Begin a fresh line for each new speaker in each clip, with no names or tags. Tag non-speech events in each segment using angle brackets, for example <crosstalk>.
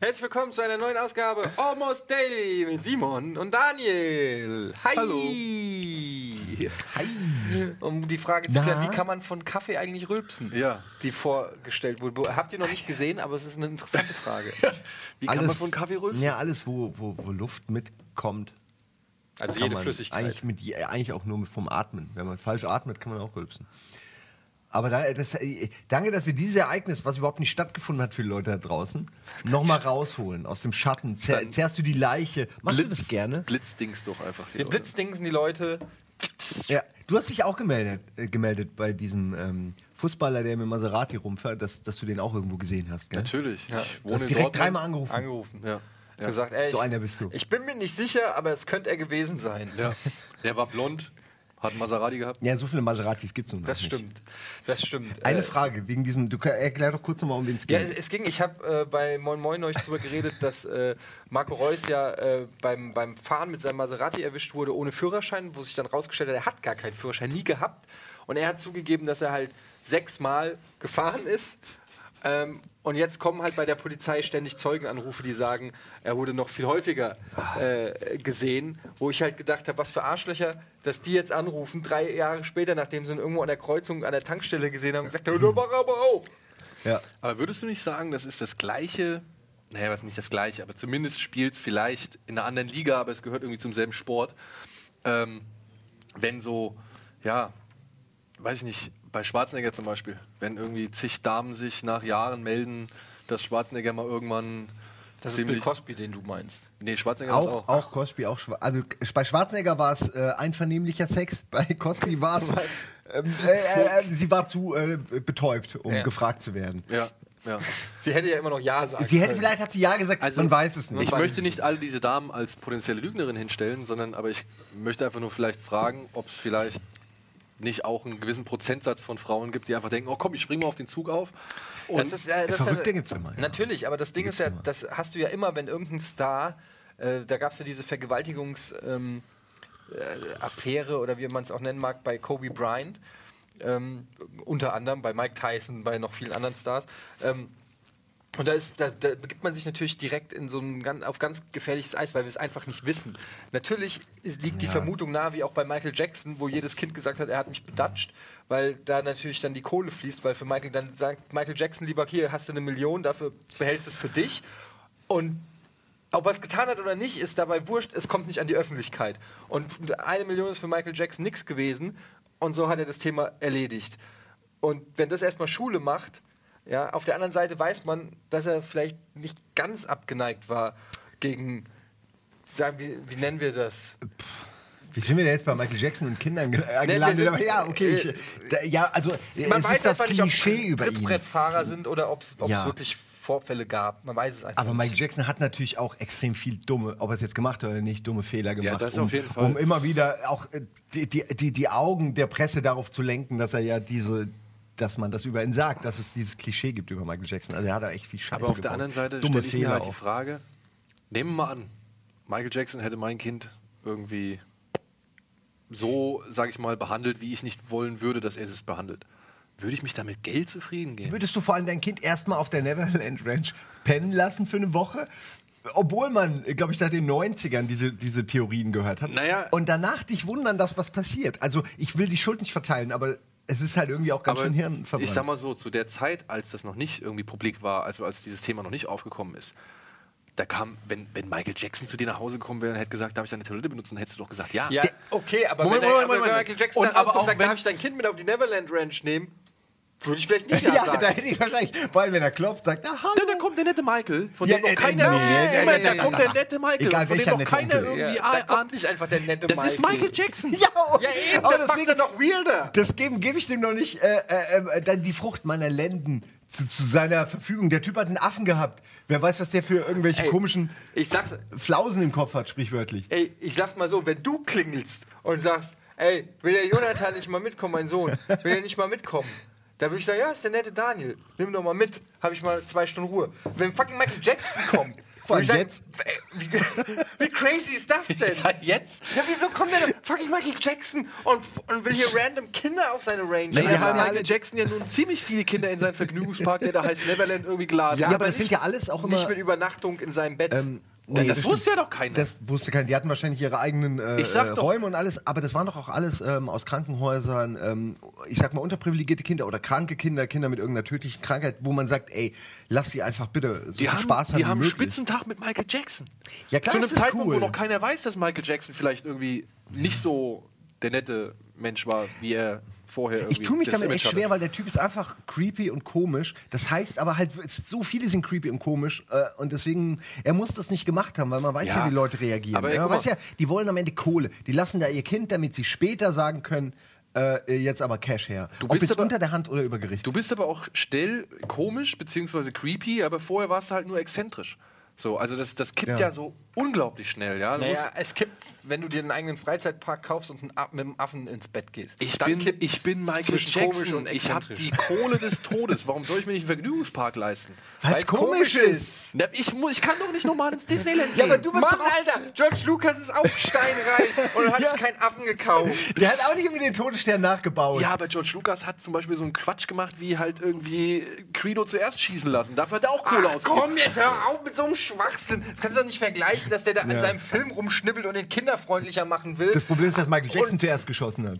Herzlich willkommen zu einer neuen Ausgabe Almost Daily mit Simon und Daniel. Hi.
Hallo.
Hi. Um die Frage zu
Na?
klären, wie kann man von Kaffee eigentlich rülpsen?
Ja.
Die vorgestellt wurde. Habt ihr noch nicht gesehen, aber es ist eine interessante Frage.
Wie
Ja, alles, wo, wo, wo Luft mitkommt.
Also
kann
jede
man
Flüssigkeit.
Eigentlich, mit, je- eigentlich auch nur mit- vom Atmen. Wenn man falsch atmet, kann man auch rülpsen. Aber da, das, äh, danke, dass wir dieses Ereignis, was überhaupt nicht stattgefunden hat für die Leute da draußen, nochmal rausholen aus dem Schatten. Zer,
Dann-
zerrst du die Leiche? Machst du das gerne?
Blitzdings doch einfach. die
Wir
Leute.
blitzdingsen die Leute.
Ja. Du hast dich auch gemeldet, äh, gemeldet bei diesem ähm, Fußballer, der mit Maserati rumfährt, dass, dass du den auch irgendwo gesehen hast. Gell?
Natürlich. Ich
Du hast
in
direkt
Dortmund.
dreimal angerufen.
Angerufen.
Ja. ja.
Gesagt, ey,
So
ich-
einer bist du.
Ich bin mir nicht sicher, aber es könnte er gewesen sein.
Ja. Der war blond, hat einen Maserati gehabt.
Ja, so viele Maseratis gibt es noch
Das
nicht.
stimmt. Das stimmt.
Eine
Äh,
Frage wegen diesem. Du kann- erklär doch kurz nochmal, um wen es
Ja,
geht.
es, es ging, ich habe äh, bei Moin Moin neulich drüber geredet, dass äh, Marco Reus ja äh, beim, beim Fahren mit seinem Maserati erwischt wurde ohne Führerschein, wo sich dann rausgestellt hat, er hat gar keinen Führerschein, nie gehabt. Und er hat zugegeben, dass er halt sechsmal gefahren ist. Ähm, und jetzt kommen halt bei der Polizei ständig Zeugenanrufe, die sagen, er wurde noch viel häufiger äh, gesehen, wo ich halt gedacht habe, was für Arschlöcher, dass die jetzt anrufen, drei Jahre später, nachdem sie ihn irgendwo an der Kreuzung an der Tankstelle gesehen haben, und gesagt haben, da war er aber auch.
ja.
Aber würdest du nicht sagen, das ist das gleiche? Naja, was nicht das gleiche, aber zumindest spielt vielleicht in einer anderen Liga, aber es gehört irgendwie zum selben Sport. Ähm, wenn so, ja, weiß ich nicht, bei Schwarzenegger zum Beispiel, wenn irgendwie zig Damen sich nach Jahren melden, dass Schwarzenegger mal irgendwann
Das ist Bill Cosby, den du meinst.
Nee, Schwarzenegger ist
Auch, auch Cosby, auch Schwa also k- bei Schwarzenegger war es äh, einvernehmlicher Sex, <laughs> bei Cosby war es. Ähm, äh, äh, sie war zu äh, betäubt, um
Ja.
gefragt zu werden.
Ja, ja.
Sie hätte ja immer noch Ja sagen
Sie hätte
können.
vielleicht hat sie ja gesagt,
Also,
man weiß es nicht.
Ich
weiß
möchte
es
nicht alle diese Damen als potenzielle Lügnerin hinstellen, sondern aber ich möchte einfach nur vielleicht fragen, ob es vielleicht nicht auch einen gewissen Prozentsatz von Frauen gibt, die einfach denken, oh komm, ich springe mal auf den Zug auf. Und
Das ist, ja- das ist
Verrückte
ja,
gibt's immer, ja.
Natürlich, aber das Ding ist ja,
immer.
das hast du ja immer, wenn irgendein Star, äh, da gab es ja diese Vergewaltigungs... Ähm, äh, Affäre oder wie man es auch nennen mag, bei Kobe Bryant, ähm, unter anderem bei Mike Tyson, bei noch vielen anderen Stars. Ähm, und da, ist, da, da begibt man sich natürlich direkt in so ein, gan- auf ganz gefährliches Eis, weil wir es einfach nicht wissen. Natürlich ist- liegt die Vermutung nahe, wie auch bei Michael Jackson, wo jedes Kind gesagt hat, er hat mich bedatscht, weil da natürlich dann die Kohle fließt, weil für Michael dann sagt Michael Jackson lieber hier hast du eine Million, dafür behältst du es für dich. Und ob er es getan hat oder nicht, ist dabei wurscht, es kommt nicht an die Öffentlichkeit. Und eine Million ist für Michael Jackson nichts gewesen und so hat er das Thema erledigt. Und wenn das erstmal Schule macht, ja, auf der anderen Seite weiß man, dass er vielleicht nicht ganz abgeneigt war gegen, sagen wir, wie nennen wir das?
Wie sind wir denn jetzt bei Michael Jackson und Kindern gel äh,
wir
gelandet?
sind-
Aber ja, okay.
äh,
Ich, da, ja, also äh, es ist das
ob es
Klischee über ihn.
Trittbrettfahrer sind oder ob es ob es
Ja.
wirklich Vorfälle gab. Man weiß es einfach
Aber Michael Jackson hat natürlich auch extrem viel dumme, ob er es jetzt gemacht hat oder nicht, dumme Fehler gemacht.
das
um,
auf jeden Fall.
Um immer wieder auch äh, die, die, die, die Augen der Presse darauf zu lenken, dass er ja diese, dass man das über ihn sagt, dass es dieses Klischee gibt über Michael Jackson. Also er hat da echt viel Scheiße
aber auf der
gebaut.
anderen Seite
dumme
stelle ich mir
Fehler
halt die
auch.
Frage, nehmen wir mal an, Michael Jackson hätte mein Kind irgendwie so, sage ich mal, behandelt, wie ich nicht wollen würde, dass er es behandelt. Würde ich mich damit Geld zufrieden geben?
Würdest du vor allem dein Kind erstmal auf der Neverland Ranch pennen lassen für eine Woche? Obwohl man, glaube ich, seit den 90ern diese, diese Theorien gehört hat.
Naja.
Und danach dich wundern, dass was passiert. Also ich will die Schuld nicht verteilen, aber es ist halt irgendwie auch ganz schön hirnverbrannt.
Ich sag mal so, zu der Zeit, als das noch nicht irgendwie publik war, also als dieses Thema noch nicht aufgekommen ist, da kam, wenn, wenn Michael Jackson zu dir nach Hause gekommen wäre und hätte gesagt, darf ich deine Toilette benutzen, hättest du doch gesagt, ja.
Ja,
Der-
okay, aber
Moment,
wenn,
Moment,
er, aber
Moment,
wenn
Moment.
Michael Jackson
Und
dann
aber
rauskommt und
auch
sagt,
wenn-
darf ich dein Kind mit auf die Neverland Ranch nehmen, würde ich vielleicht
<laughs>
nicht ja,
Ja, da
sagen.
hätte ich wahrscheinlich, vor allem wenn er klopft, sagt, na hallo.
Ja, da kommt der nette Michael, von
Ja,
dem noch
äh,
keiner.
nee, nee,
Moment,
nee,
da
nee,
kommt
nee,
der
nee.
nette Michael,
Egal,
von dem
welcher
noch
nette
keiner
Onkel.
irgendwie
Ja, da
ahnt.
kommt nicht einfach der nette
Das ist Michael
<laughs>
Jackson. Ja.
Ja, eben,
oh. Aber
das macht's ja noch weirder.
Das geben gebe ich dem noch nicht. Äh, äh, äh, dann die Frucht meiner Lenden zu, zu seiner Verfügung. Der Typ hat einen Affen gehabt. Wer weiß, was der für irgendwelche
Ey,
komischen
Ich sag's,
Flausen im Kopf hat, sprichwörtlich.
ey, ich sag's mal so, wenn du klingelst und sagst, ey, will der Jonathan nicht mal mitkommen, mein Sohn, will er nicht mal mitkommen, da würde ich sagen, ja, ist der nette Daniel, nimm doch mal mit, habe ich mal zwei Stunden Ruhe. Wenn fucking Michael Jackson kommt, Wo
Opern
ich sag,
jetzt.
ey, Wie, <laughs> wie crazy ist das denn?
Ja, jetzt?
Ja, wieso kommt denn fucking Michael Jackson und, und will hier random Kinder auf seine Range?
Nee, wir
einladen?
haben Michael Jackson ja nun ziemlich viele Kinder in seinen Vergnügungspark, der da heißt Neverland irgendwie geladen.
Ja,
hat.
aber das sind ja alles auch immer.
nicht mit Übernachtung in seinem Bett.
Ähm,
Ähm,
nee,
das
stimmt.
wusste ja doch keiner.
Das wusste keiner. Die hatten wahrscheinlich ihre eigenen äh,
Ich sag
äh,
doch.
Räume und alles, aber das waren doch auch alles ähm, aus Krankenhäusern, ähm, ich sag mal unterprivilegierte Kinder oder kranke Kinder, Kinder mit irgendeiner tödlichen Krankheit, wo man sagt, ey, lass die einfach bitte so
die
viel
haben,
Spaß haben
die haben
wie
einen
möglich.
Spitzentag mit Michael Jackson.
Ja, klar,
Zu
das
einem
ist
Zeitpunkt,
cool.
wo noch keiner weiß, dass Michael Jackson vielleicht irgendwie nicht so der nette Mensch war, wie er vorher irgendwie
ich tue mich
das
damit
Image
echt
hatte.
schwer, weil der Typ ist einfach creepy und komisch. Das heißt aber halt, es, so viele sind creepy und komisch äh, und deswegen, er muss das nicht gemacht haben, weil man weiß ja,
Ja.
wie Leute reagieren.
Aber, ey,
ja, man
guck
weiß
mal.
ja, die wollen am Ende Kohle. Die lassen da ihr Kind, damit sie später sagen können, äh, jetzt aber Cash her.
Du
Ob
bist
jetzt
aber-
unter der Hand oder über Gericht.
Du bist aber auch schnell komisch beziehungsweise creepy, aber vorher warst du halt nur exzentrisch. So, also das, das kippt
Ja.
ja. so unglaublich schnell, ja. Du
naja,
musst-
es kippt, wenn du dir einen eigenen Freizeitpark kaufst und einen, Aff- mit dem Affen ins Bett gehst.
ich,
Dann
bin,
kippt's
ich bin Michael
zwischen komisch
Jackson
und
und ich habe
exzentrisch.
die Kohle
<laughs>
des Todes. Warum soll ich mir nicht einen Vergnügungspark leisten?
Weil's
Weil's komisch ist.
Na, ich, mu- ich kann doch nicht normal ins Disneyland gehen.
Ja, aber du
bist
Mann,
doch auch-
Alter, George Lucas ist auch <laughs> steinreich und hat
Ja.
sich keinen Affen <laughs> gekauft.
Der hat auch nicht irgendwie den Todesstern nachgebaut.
Ja, aber George Lucas hat zum Beispiel so einen Quatsch gemacht, wie halt irgendwie Credo zuerst schießen lassen. Dafür hat er auch Kohle ausgegeben.
Komm, jetzt hör auf mit so einem Schwachsinn. Das kannst du doch nicht vergleichen, dass der da an seinem Film rumschnibbelt und den kinderfreundlicher machen will.
Das Problem ist, dass Michael Jackson zuerst geschossen
<laughs>
hat.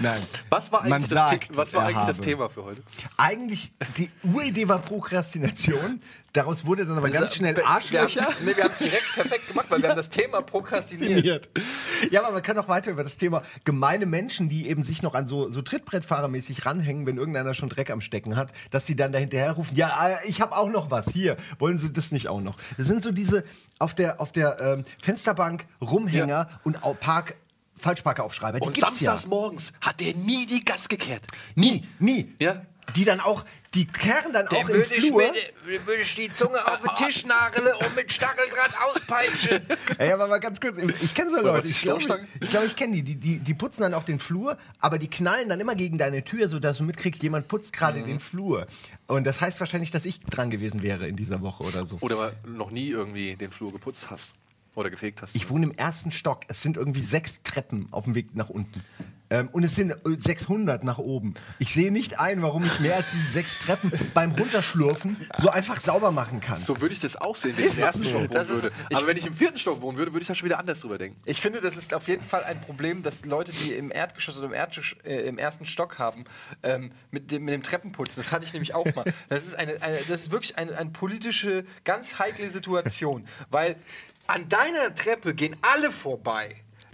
Nein.
Was war
Man
eigentlich, das,
sagt,
The- was war
er
eigentlich das
habe.
Thema für heute?
Eigentlich, die Uridee war Prokrastination. Daraus wurde dann
Also,
aber ganz schnell Arschlöcher.
Wir haben, nee, wir haben es direkt perfekt gemacht, weil wir haben das Thema prokrastiniert.
Fasziniert. Ja, aber man kann auch weiter über das Thema gemeine Menschen, die eben sich noch an so, so Trittbrettfahrermäßig ranhängen, wenn irgendeiner schon Dreck am Stecken hat, dass die dann dahinterher rufen, ja, äh, ich habe auch noch was, hier, wollen Sie das nicht auch noch? Das sind so diese auf der, auf der ähm, Fensterbank Rumhänger und au- Park, Falschparkeraufschreiber, die
Und
gibt's ja.
samstags morgens hat er nie die Gas gekehrt. Nie.
Nie.
Ja.
Die dann auch, die kehren dann auch im Flur.
würde ich die Zunge auf den Tisch nageln und mit Stacheldraht auspeitschen.
Ey, aber mal ganz kurz, ich kenne so
was,
Leute,
die
ich glaube,
Schlauchstangen?
ich, glaub, ich kenne die. Die, die. die putzen dann auch den Flur, aber die knallen dann immer gegen deine Tür, sodass du mitkriegst, jemand putzt gerade
Mhm.
den Flur. Und das heißt wahrscheinlich, dass ich dran gewesen wäre in dieser Woche oder so.
Oder mal noch nie irgendwie den Flur geputzt hast. Oder gefegt hast.
Ich wohne im ersten Stock, es sind irgendwie sechs Treppen auf dem Weg nach unten. Ähm, und es sind äh, 600 nach oben. Ich sehe nicht ein, warum ich mehr als diese sechs Treppen beim Runterschlurfen so einfach sauber machen kann.
so würde ich das auch sehen, wenn ich im ersten Stock wohnen
Das ist-
würde.
ich-
Aber wenn ich im vierten Stock wohnen würde, würde ich da schon wieder anders drüber denken.
Ich finde, das ist auf jeden Fall ein Problem, dass Leute, die im Erdgeschoss oder im, Erdgesch äh, im ersten Stock haben, ähm, mit, dem, mit dem Treppenputzen, das hatte ich nämlich auch mal. Das ist, eine, eine, das ist wirklich eine, eine politische, ganz heikle Situation, weil an deiner Treppe gehen alle vorbei.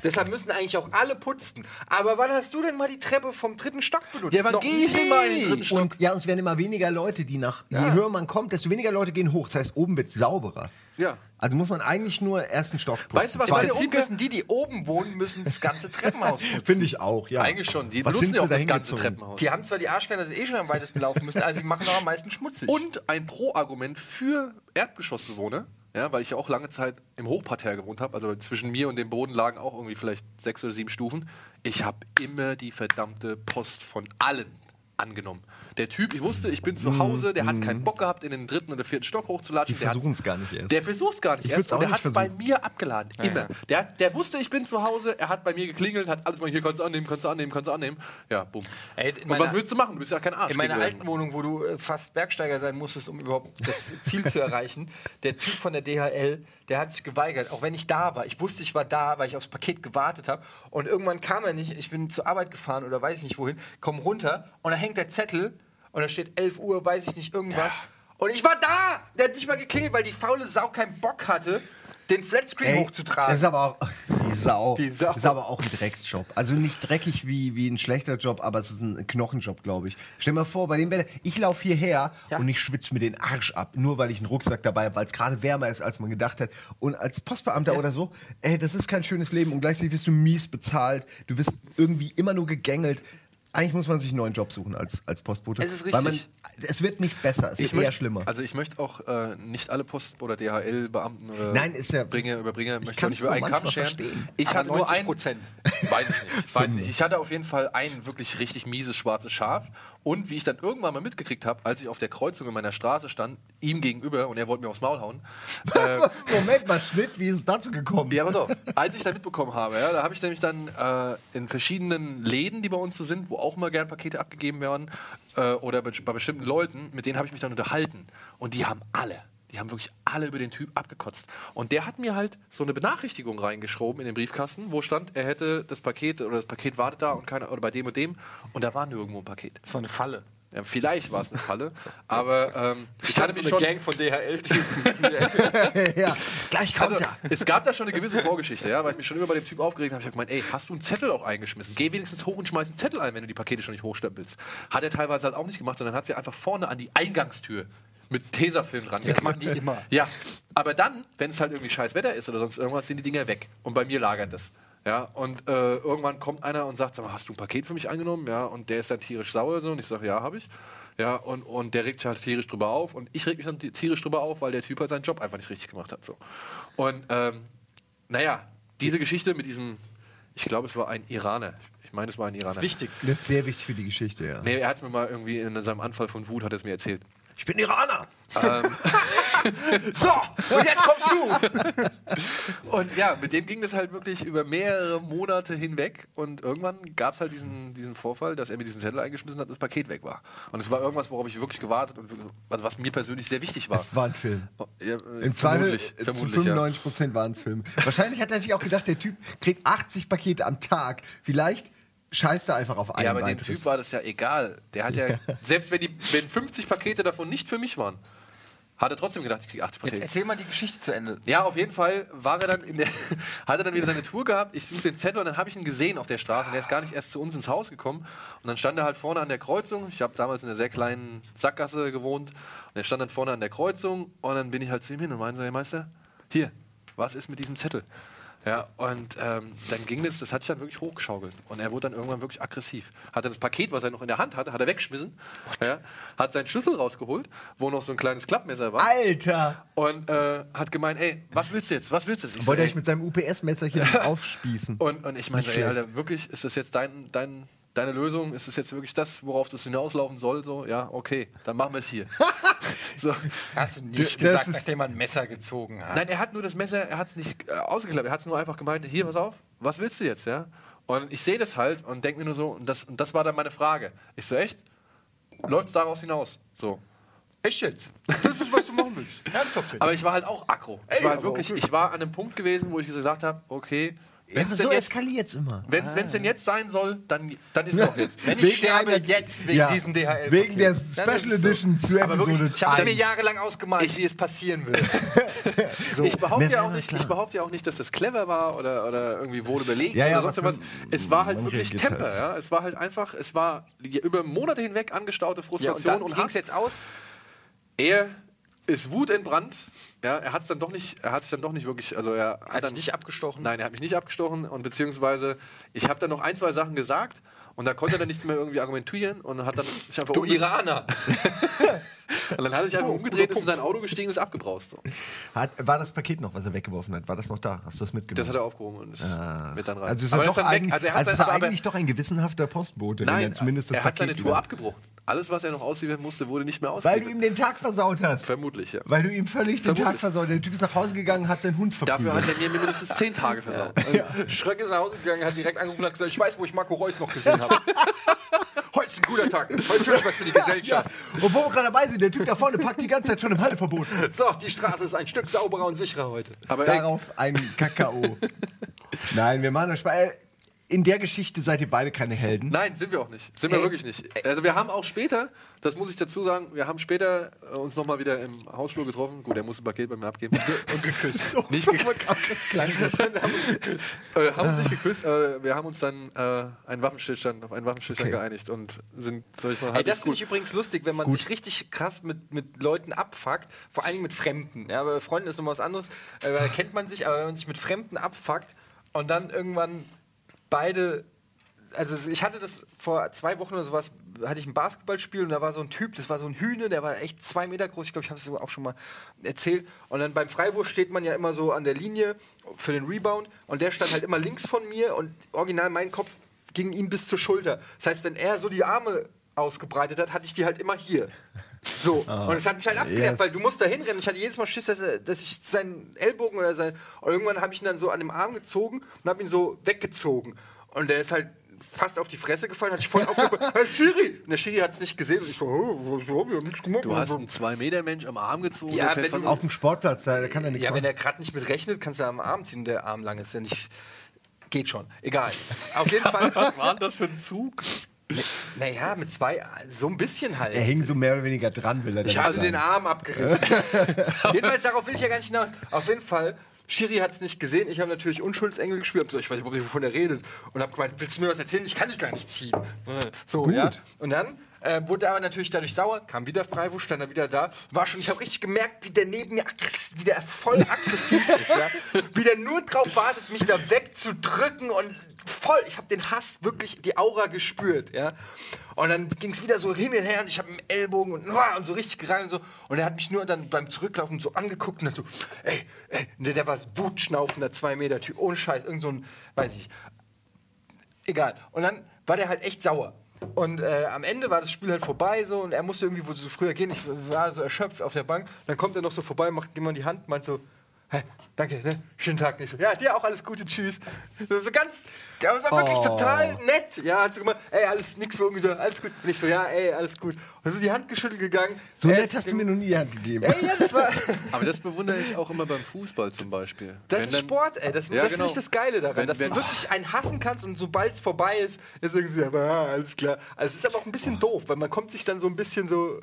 Deshalb müssen eigentlich auch alle putzen. Aber wann hast du denn mal die Treppe vom dritten Stock benutzt?
Ja, wann
Noch
geh ich denn
nie.
mal in den dritten Stock?
Und ja, uns werden immer weniger Leute, die nach, je höher man kommt, desto weniger Leute gehen hoch. Das heißt, oben wird sauberer.
Ja.
Also muss man eigentlich nur ersten Stock putzen.
Weißt du, was
Im
meine
Zweiten-
Prinzip
Umkehr-
müssen die, die oben wohnen, müssen das ganze
<laughs>
Treppenhaus putzen.
Finde ich auch, ja.
Eigentlich schon. Die
was
nutzen
sind
ja
sie
auch
da
das ganze
hingezogen?
Treppenhaus.
Die haben zwar die Arschgeil, dass sie eh schon am weitesten laufen müssen, also sie machen auch am meisten schmutzig.
Und ein Pro-Argument für Erdgeschossbewohner, ja, weil ich ja auch lange Zeit im Hochparterre gewohnt habe, also zwischen mir und dem Boden lagen auch irgendwie vielleicht sechs oder sieben Stufen. Ich habe immer die verdammte Post von allen angenommen. Der Typ, ich wusste, ich bin zu Hause, der hat keinen Bock gehabt, in den dritten oder vierten Stock hochzulatschen.
Mhm. Die
der hat's-
versuchen's gar nicht erst.
Der versucht es gar nicht
Ich würd's
erst.
auch
Und der
nicht
hat bei
versuchen.
mir abgeladen. immer. Der, der wusste, ich bin zu Hause, er hat bei mir geklingelt, hat alles mal hier, kannst du annehmen, kannst du annehmen, kannst du annehmen. Ja, bumm.
Ey, in
und
meiner-
was willst du machen? Du bist ja kein Arsch.
In meiner
gegen
alten Wohnung, wo du äh, fast Bergsteiger sein musstest, um überhaupt <laughs> das Ziel zu erreichen, der Typ von der DHL, der hat sich geweigert, auch wenn ich da war. Ich wusste, ich war da, weil ich aufs Paket gewartet habe. Und irgendwann kam er nicht, ich bin zur Arbeit gefahren oder weiß ich nicht wohin, komm runter und da hängt der Zettel und da steht 11 Uhr, weiß ich nicht, irgendwas. Und ich war da! Der hat nicht mal geklingelt, weil die faule Sau keinen Bock hatte, den Flatscreen
Ey,
hochzutragen.
Das ist aber auch, <laughs> die Sau.
Die Sau.
Das ist aber auch ein Drecksjob. Also nicht dreckig wie, wie ein schlechter Job, aber es ist ein Knochenjob, glaube ich. Stell dir mal vor, bei dem Wetter, ich laufe hierher
Ja.
und ich schwitze mir den Arsch ab, nur weil ich einen Rucksack dabei habe, weil es gerade wärmer ist, als man gedacht hat. Und als Postbeamter oder so, ey, das ist kein schönes Leben und gleichzeitig wirst du mies bezahlt. Du wirst irgendwie immer nur gegängelt. Eigentlich muss man sich einen neuen Job suchen als, als Postbote.
Es ist
Weil man,
richtig.
es wird nicht besser, es wird
Ich
eher
möchte-
schlimmer.
Also ich möchte auch äh, nicht alle Post- oder DHL-Beamten oder
Nein, ist ja-
Bringer, Überbringer, äh, möchte ich auch
kann's
nicht über
nur
einen Kamm
manchmal
scheren.
verstehen.
Ich
Aber
hatte nur einen
90%.
Weiß ich nicht. Weiß nicht. Ich hatte auf jeden Fall ein wirklich richtig mieses schwarzes Schaf Und wie ich dann irgendwann mal mitgekriegt habe, als ich auf der Kreuzung in meiner Straße stand, ihm gegenüber und er wollte mir aufs Maul hauen. äh,
Also
<laughs> Moment mal, Schnitt, wie ist es dazu gekommen?
ja, pass auf, als ich dann mitbekommen habe, ja, da habe ich nämlich dann äh, in verschiedenen Läden, die bei uns so sind, wo auch mal gern Pakete abgegeben werden, äh, oder bei, bei bestimmten Leuten, mit denen habe ich mich dann unterhalten. Und die haben alle, die haben wirklich alle über den Typ abgekotzt. Und der hat mir halt so eine Benachrichtigung reingeschoben in den Briefkasten, wo stand, er hätte das Paket oder das Paket wartet da und keiner, oder bei dem und dem. Und da war nirgendwo ein Paket.
Das war eine Falle.
Ja, vielleicht war es eine Falle, aber ähm, ich hatte mich schon.
von DHL-Typen. <laughs>
<laughs> ja. Gleich kommt
Also,
er.
es gab da schon eine gewisse Vorgeschichte, ja, weil ich mich schon immer bei dem Typ aufgeregt habe. Ich habe gemeint, ey, hast du einen Zettel auch eingeschmissen? Geh wenigstens hoch und schmeiß einen Zettel ein, wenn du die Pakete schon nicht hochstellen willst. Hat er teilweise halt auch nicht gemacht, sondern hat sie einfach vorne an die Eingangstür mit Tesafilm ran. Das
machen die immer.
Ja, aber dann, wenn es halt irgendwie scheiß Wetter ist oder sonst irgendwas, sind die Dinger weg. Und bei mir lagert das. Ja, und äh, irgendwann kommt einer und sagt, sag mal, hast du ein Paket für mich angenommen? Ja, und der ist dann tierisch sauer so und ich sage, ja, habe ich. Ja, und, und der regt sich halt tierisch drüber auf und ich reg mich dann ti- tierisch drüber auf, weil der Typ halt seinen Job einfach nicht richtig gemacht hat. So. Und ähm, naja, diese Geschichte mit diesem, ich glaube, es war ein Iraner. Ich meine, es war ein Iraner.
Wichtig.
Das ist sehr wichtig für die Geschichte, ja.
Nee, er hat es mir mal irgendwie in seinem Anfall von Wut hat er es mir erzählt.
Ich bin Iraner.
Ähm,
So, und jetzt kommst du.
Und ja, mit dem ging das halt wirklich über mehrere Monate hinweg. Und irgendwann gab es halt diesen, diesen Vorfall, dass er mir diesen Zettel eingeschmissen hat und das Paket weg war. Und es war irgendwas, worauf ich wirklich gewartet und wirklich, also was mir persönlich sehr wichtig war.
Das war ein Film.
Ja, äh,
Im Zweifel
vermutlich,
äh, zu
vermutlich, ja.
95 Prozent waren es Filme. Wahrscheinlich hat er sich auch gedacht, der Typ kriegt 80 Pakete am Tag. Vielleicht scheißt er einfach auf einen
ja, aber dem
weiteres.
Typ war das ja egal. Der hat ja,
<laughs>
selbst wenn, die, wenn 50 Pakete davon nicht für mich waren, hat er trotzdem gedacht, ich kriege 80 Pakete.
Jetzt erzähl mal die Geschichte zu Ende.
Ja, auf jeden Fall war er dann in der, <laughs> hat er dann wieder seine Tour gehabt. Ich suche den Zettel und dann habe ich ihn gesehen auf der Straße. Und er ist gar nicht erst zu uns ins Haus gekommen. Und dann stand er halt vorne an der Kreuzung. Ich habe damals in einer sehr kleinen Sackgasse gewohnt. Und er stand dann vorne an der Kreuzung. Und dann bin ich halt zu ihm hin und meinte, so, hey Meister, hier, was ist mit diesem Zettel? Ja, und ähm, dann ging das, das hat sich dann wirklich hochgeschaukelt. Und er wurde dann irgendwann wirklich aggressiv. Hat dann das Paket, was er noch in der Hand hatte, hat er weggeschmissen. Ja, hat seinen Schlüssel rausgeholt, wo noch so ein kleines Klappmesser war
Ah, Alter!
und äh, hat gemeint, ey, was willst du jetzt? Was willst du jetzt? Ich so,
Wollte er
ey.
euch mit seinem UPS-Messerchen aufspießen.
und, und ich meine,
Nicht
ey,
schlecht.
Alter, wirklich, ist das jetzt dein, dein, deine Lösung? Ist das jetzt wirklich das, worauf das hinauslaufen soll? So, ja, okay, dann machen wir
<laughs>
es hier. so.
Hast du
Das
nicht gesagt,
ist-
dass der ein Messer gezogen hat?
Nein, er hat nur das Messer, er hat es nicht äh, ausgeklappt, er hat es nur einfach gemeint, hier, pass auf, was willst du jetzt, ja? Und ich sehe das halt und denke mir nur so, und das, und das war dann meine Frage. Ich so, echt? Läuft es daraus hinaus? So.
Echt jetzt? Das ist, was du machen willst. Ernsthaft jetzt?
Aber ich war halt auch aggro. Ich
Ey,
war halt
aber
wirklich,
okay.
ich war an einem Punkt gewesen, wo ich gesagt habe, okay,
Ja,
wenn's
aber
denn
so
jetzt-
eskaliert es immer.
Wenn es denn jetzt sein soll, dann, dann ist es auch jetzt.
Wenn ich
Wegen
sterbe
einer-
jetzt wegen
Ja.
diesem DHL. -Paket,
Wegen der
dann ist
Special
es so.
Edition zu
Aber
Episode
wirklich, ich habe mir
eins.
jahrelang ausgemalt, wie es passieren wird. so.
Ich behaupte,
Mir
ja
war
auch
das
nicht,
klar.
ich behaupte ja auch nicht, dass das clever war oder, oder irgendwie wurde überlegt
Ja, ja,
oder sonst
aber
was. Es war halt
man
wirklich
reagiert
Temper.
halt.
Ja? Es war halt einfach, es war über Monate hinweg angestaute
ja, und
Frustration
dann
und,
ging es
Hass.
jetzt aus.
Er ist wutentbrannt. Ja, er hat dann doch nicht, er hat sich dann doch nicht wirklich, also er hat,
Hat
dann
dich nicht abgestochen.
Nein, er hat mich nicht abgestochen und beziehungsweise ich habe dann noch ein, zwei Sachen gesagt und da konnte er dann nicht mehr irgendwie argumentieren und hat dann sich einfach
Oh,
umge-
<laughs> Iraner.
und dann hat er sich einfach
Oh,
umgedreht,
guter
ist in sein Auto gestiegen und ist abgebraust. So.
Hat, war das Paket noch, was er weggeworfen hat? War das noch da? Hast du das mitgenommen?
Das hat er aufgehoben und ist
Ah.
mit dann rein.
also ist
Aber
er,
das
doch
dann weg.
eigentlich, also
Also er hat,
ist
sein,
er
aber,
eigentlich doch ein gewissenhafter Postbote, wenn
nein,
er zumindest das
er hat seine
Paket
Tour
über-
abgebrochen. Alles, was er noch ausliefern musste, wurde nicht mehr
Weil du
ausgeliefert.
ihm den Tag versaut hast.
Vermutlich, ja.
Weil du ihm völlig den
Vermutlich.
Tag versaut. Der Typ ist nach Hause gegangen, hat seinen Hund
Dafür
verprügelt.
hat er mir mindestens zehn Tage versaut.
Schröck ist nach Hause gegangen, hat direkt angerufen und hat gesagt, ich weiß, wo ich Marco Reus noch gesehen habe. Heute ist ein guter Tag. Heute tue ich was für die Gesellschaft.
Und wo wir gerade dabei sind, der Typ da vorne packt die ganze Zeit schon im Halteverbot.
So, die Straße ist ein Stück sauberer und sicherer heute.
Aber ey,
Darauf ein Kakao. Nein, wir machen das Spaß. Äh, In der Geschichte seid ihr beide keine Helden.
Nein, sind wir auch nicht. Sind wir
Ey.
wirklich nicht. Also wir haben auch später, das muss ich dazu sagen, wir haben später äh, uns nochmal wieder im Hausflur getroffen. Gut, er muss ein Paket bei
<laughs>
mir abgeben. Und geküsst.
So,
Nicht
guck mal, gerade das klang so.
äh,
Ah.
haben uns nicht geküsst, äh, wir haben uns dann äh, einen Waffenstillstand, auf einen Waffenstillstand
Okay.
geeinigt und sind, sag ich mal,
Ey,
halbwegs
das finde ich übrigens lustig, wenn man
Gut.
sich richtig krass mit, mit Leuten abfuckt, vor allem mit Fremden. Ja, bei Freunden ist nochmal was anderes. Äh, da kennt man sich, aber wenn man sich mit Fremden abfuckt und dann irgendwann beide. Also ich hatte das vor zwei Wochen oder sowas, hatte ich ein Basketballspiel und da war so ein Typ, das war so ein Hühne, der war echt zwei Meter groß, ich glaube, ich habe es sogar auch schon mal erzählt. Und dann beim Freiwurf steht man ja immer so an der Linie für den Rebound und der stand halt immer links von mir und original mein Kopf ging ihm bis zur Schulter. Das heißt, wenn er so die Arme ausgebreitet hat, hatte ich die halt immer hier.
<laughs>
So. Und es hat mich halt abgenervt,
Ah. yes.
weil du musst da hinrennen. Ich hatte jedes Mal Schiss, dass, er, dass ich seinen Ellbogen oder sein. Und irgendwann habe ich ihn dann so an dem Arm gezogen und habe ihn so weggezogen. Und der ist halt fast auf die Fresse gefallen, hat ich
<laughs>
voll aufgebracht. Hey, Schiri! Und der Schiri hat es nicht gesehen. Und ich so, oh, ich hab ja nichts gemacht.
Du hast einen 2-Meter-Mensch am Arm gezogen.
Ja,
der fährt
wenn
fast
du-
Auf dem Sportplatz, da, da kann er nichts
Ja, wenn
machen.
er gerade nicht mit rechnet, kannst du am Arm ziehen, der Arm lang ist. Ja nicht, geht schon. Egal. Auf jeden Fall.
<laughs>
<laughs>
Was war denn das für ein Zug?
naja, mit zwei, so ein bisschen halt.
Er hing so mehr oder weniger dran, will er
Ich
damit
habe den
sagen.
Arm abgerissen. Jedenfalls darauf will ich ja gar nicht hinaus. Auf jeden Fall, Schiri hat es nicht gesehen. Ich habe natürlich Unschuldsengel gespielt. Hab so, Ich weiß überhaupt nicht, wovon er redet. Und habe gemeint, willst du mir was erzählen? Ich kann dich gar nicht ziehen. So, Gut. Ja? Und dann äh, wurde er aber natürlich dadurch sauer, kam wieder Freiwurf, stand er wieder da. War schon, ich habe richtig gemerkt, wie der neben mir aggress- wie der voll aggressiv ist. Ja? Wie der nur drauf wartet, mich da wegzudrücken und voll, ich habe den Hass wirklich, die Aura gespürt, ja. Und dann ging es wieder so hin und her und ich habe einen Ellbogen und, uah, und so richtig gerannt und so. Und er hat mich nur dann beim Zurücklaufen so angeguckt und dann so, ey, ey, Und der, der war so wutschnaufender, zwei Meter Typ, ohne Scheiß, irgend so ein, weiß ich nicht. Egal. Und dann war der halt echt sauer. Und äh, am Ende war das Spiel halt vorbei so und er musste irgendwie wohl so früher gehen. Ich war so erschöpft auf der Bank. Dann kommt er noch so vorbei, macht jemand die Hand, meint so, Hä, danke, ne? schönen Tag. Und Ich so, ja, dir auch alles Gute, tschüss. So, so ganz, aber es war wirklich
Oh.
total nett. Ja, hat so gemacht, ey, alles, nix für irgendwie so, alles gut. Und ich so, ja, ey, alles gut. Und so die Hand geschüttelt gegangen.
So
Er
nett
ist-
hast du mir noch nie die Hand gegeben.
Ey, ja, das war,
<laughs>
Aber das bewundere ich auch immer beim Fußball zum Beispiel.
das
Wenn
ist
dann-
Sport, ey. Das,
Ja,
das
genau.
finde ich das Geile daran,
Wenn-
dass
wenn-
du wirklich einen hassen kannst und sobald es vorbei ist, ist irgendwie so, ja, ah, alles klar. Also es ist aber auch ein bisschen doof, weil man kommt sich dann so ein bisschen so, äh,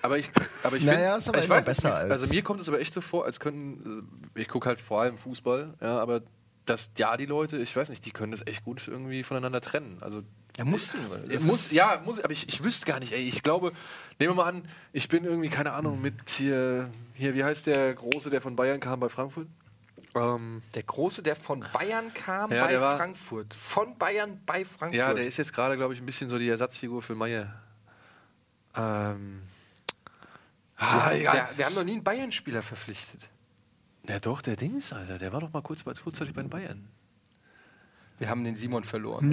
Aber ich, aber ich
Naja, ist aber
finde, ich
immer
weiß nicht,
besser
mir-
als-
also mir kommt es aber echt so vor, als könnten, äh, ich gucke halt vor allem Fußball, ja, aber dass ja die Leute, ich weiß nicht, die können das echt gut irgendwie voneinander trennen. Also
ja, musst du.
es muss, ja, muss, aber ich, ich wüsste gar nicht, ey. Ich glaube, nehmen wir mal an, ich bin irgendwie, keine Ahnung, mit hier, hier, wie heißt der Große, der von Bayern kam bei Frankfurt? Ähm,
Der Große, der von Bayern kam
Ja,
bei
der war-
Frankfurt. Von Bayern bei Frankfurt.
ja, der ist jetzt gerade, glaube ich, ein bisschen so die Ersatzfigur für Meier. Ähm. Ah, egal.
wir, wir haben noch nie einen Bayern-Spieler verpflichtet.
Ja, doch, der Dings, Alter, der war doch mal kurz bei, kurzzeitig bei den Bayern.
Wir haben den Simon verloren.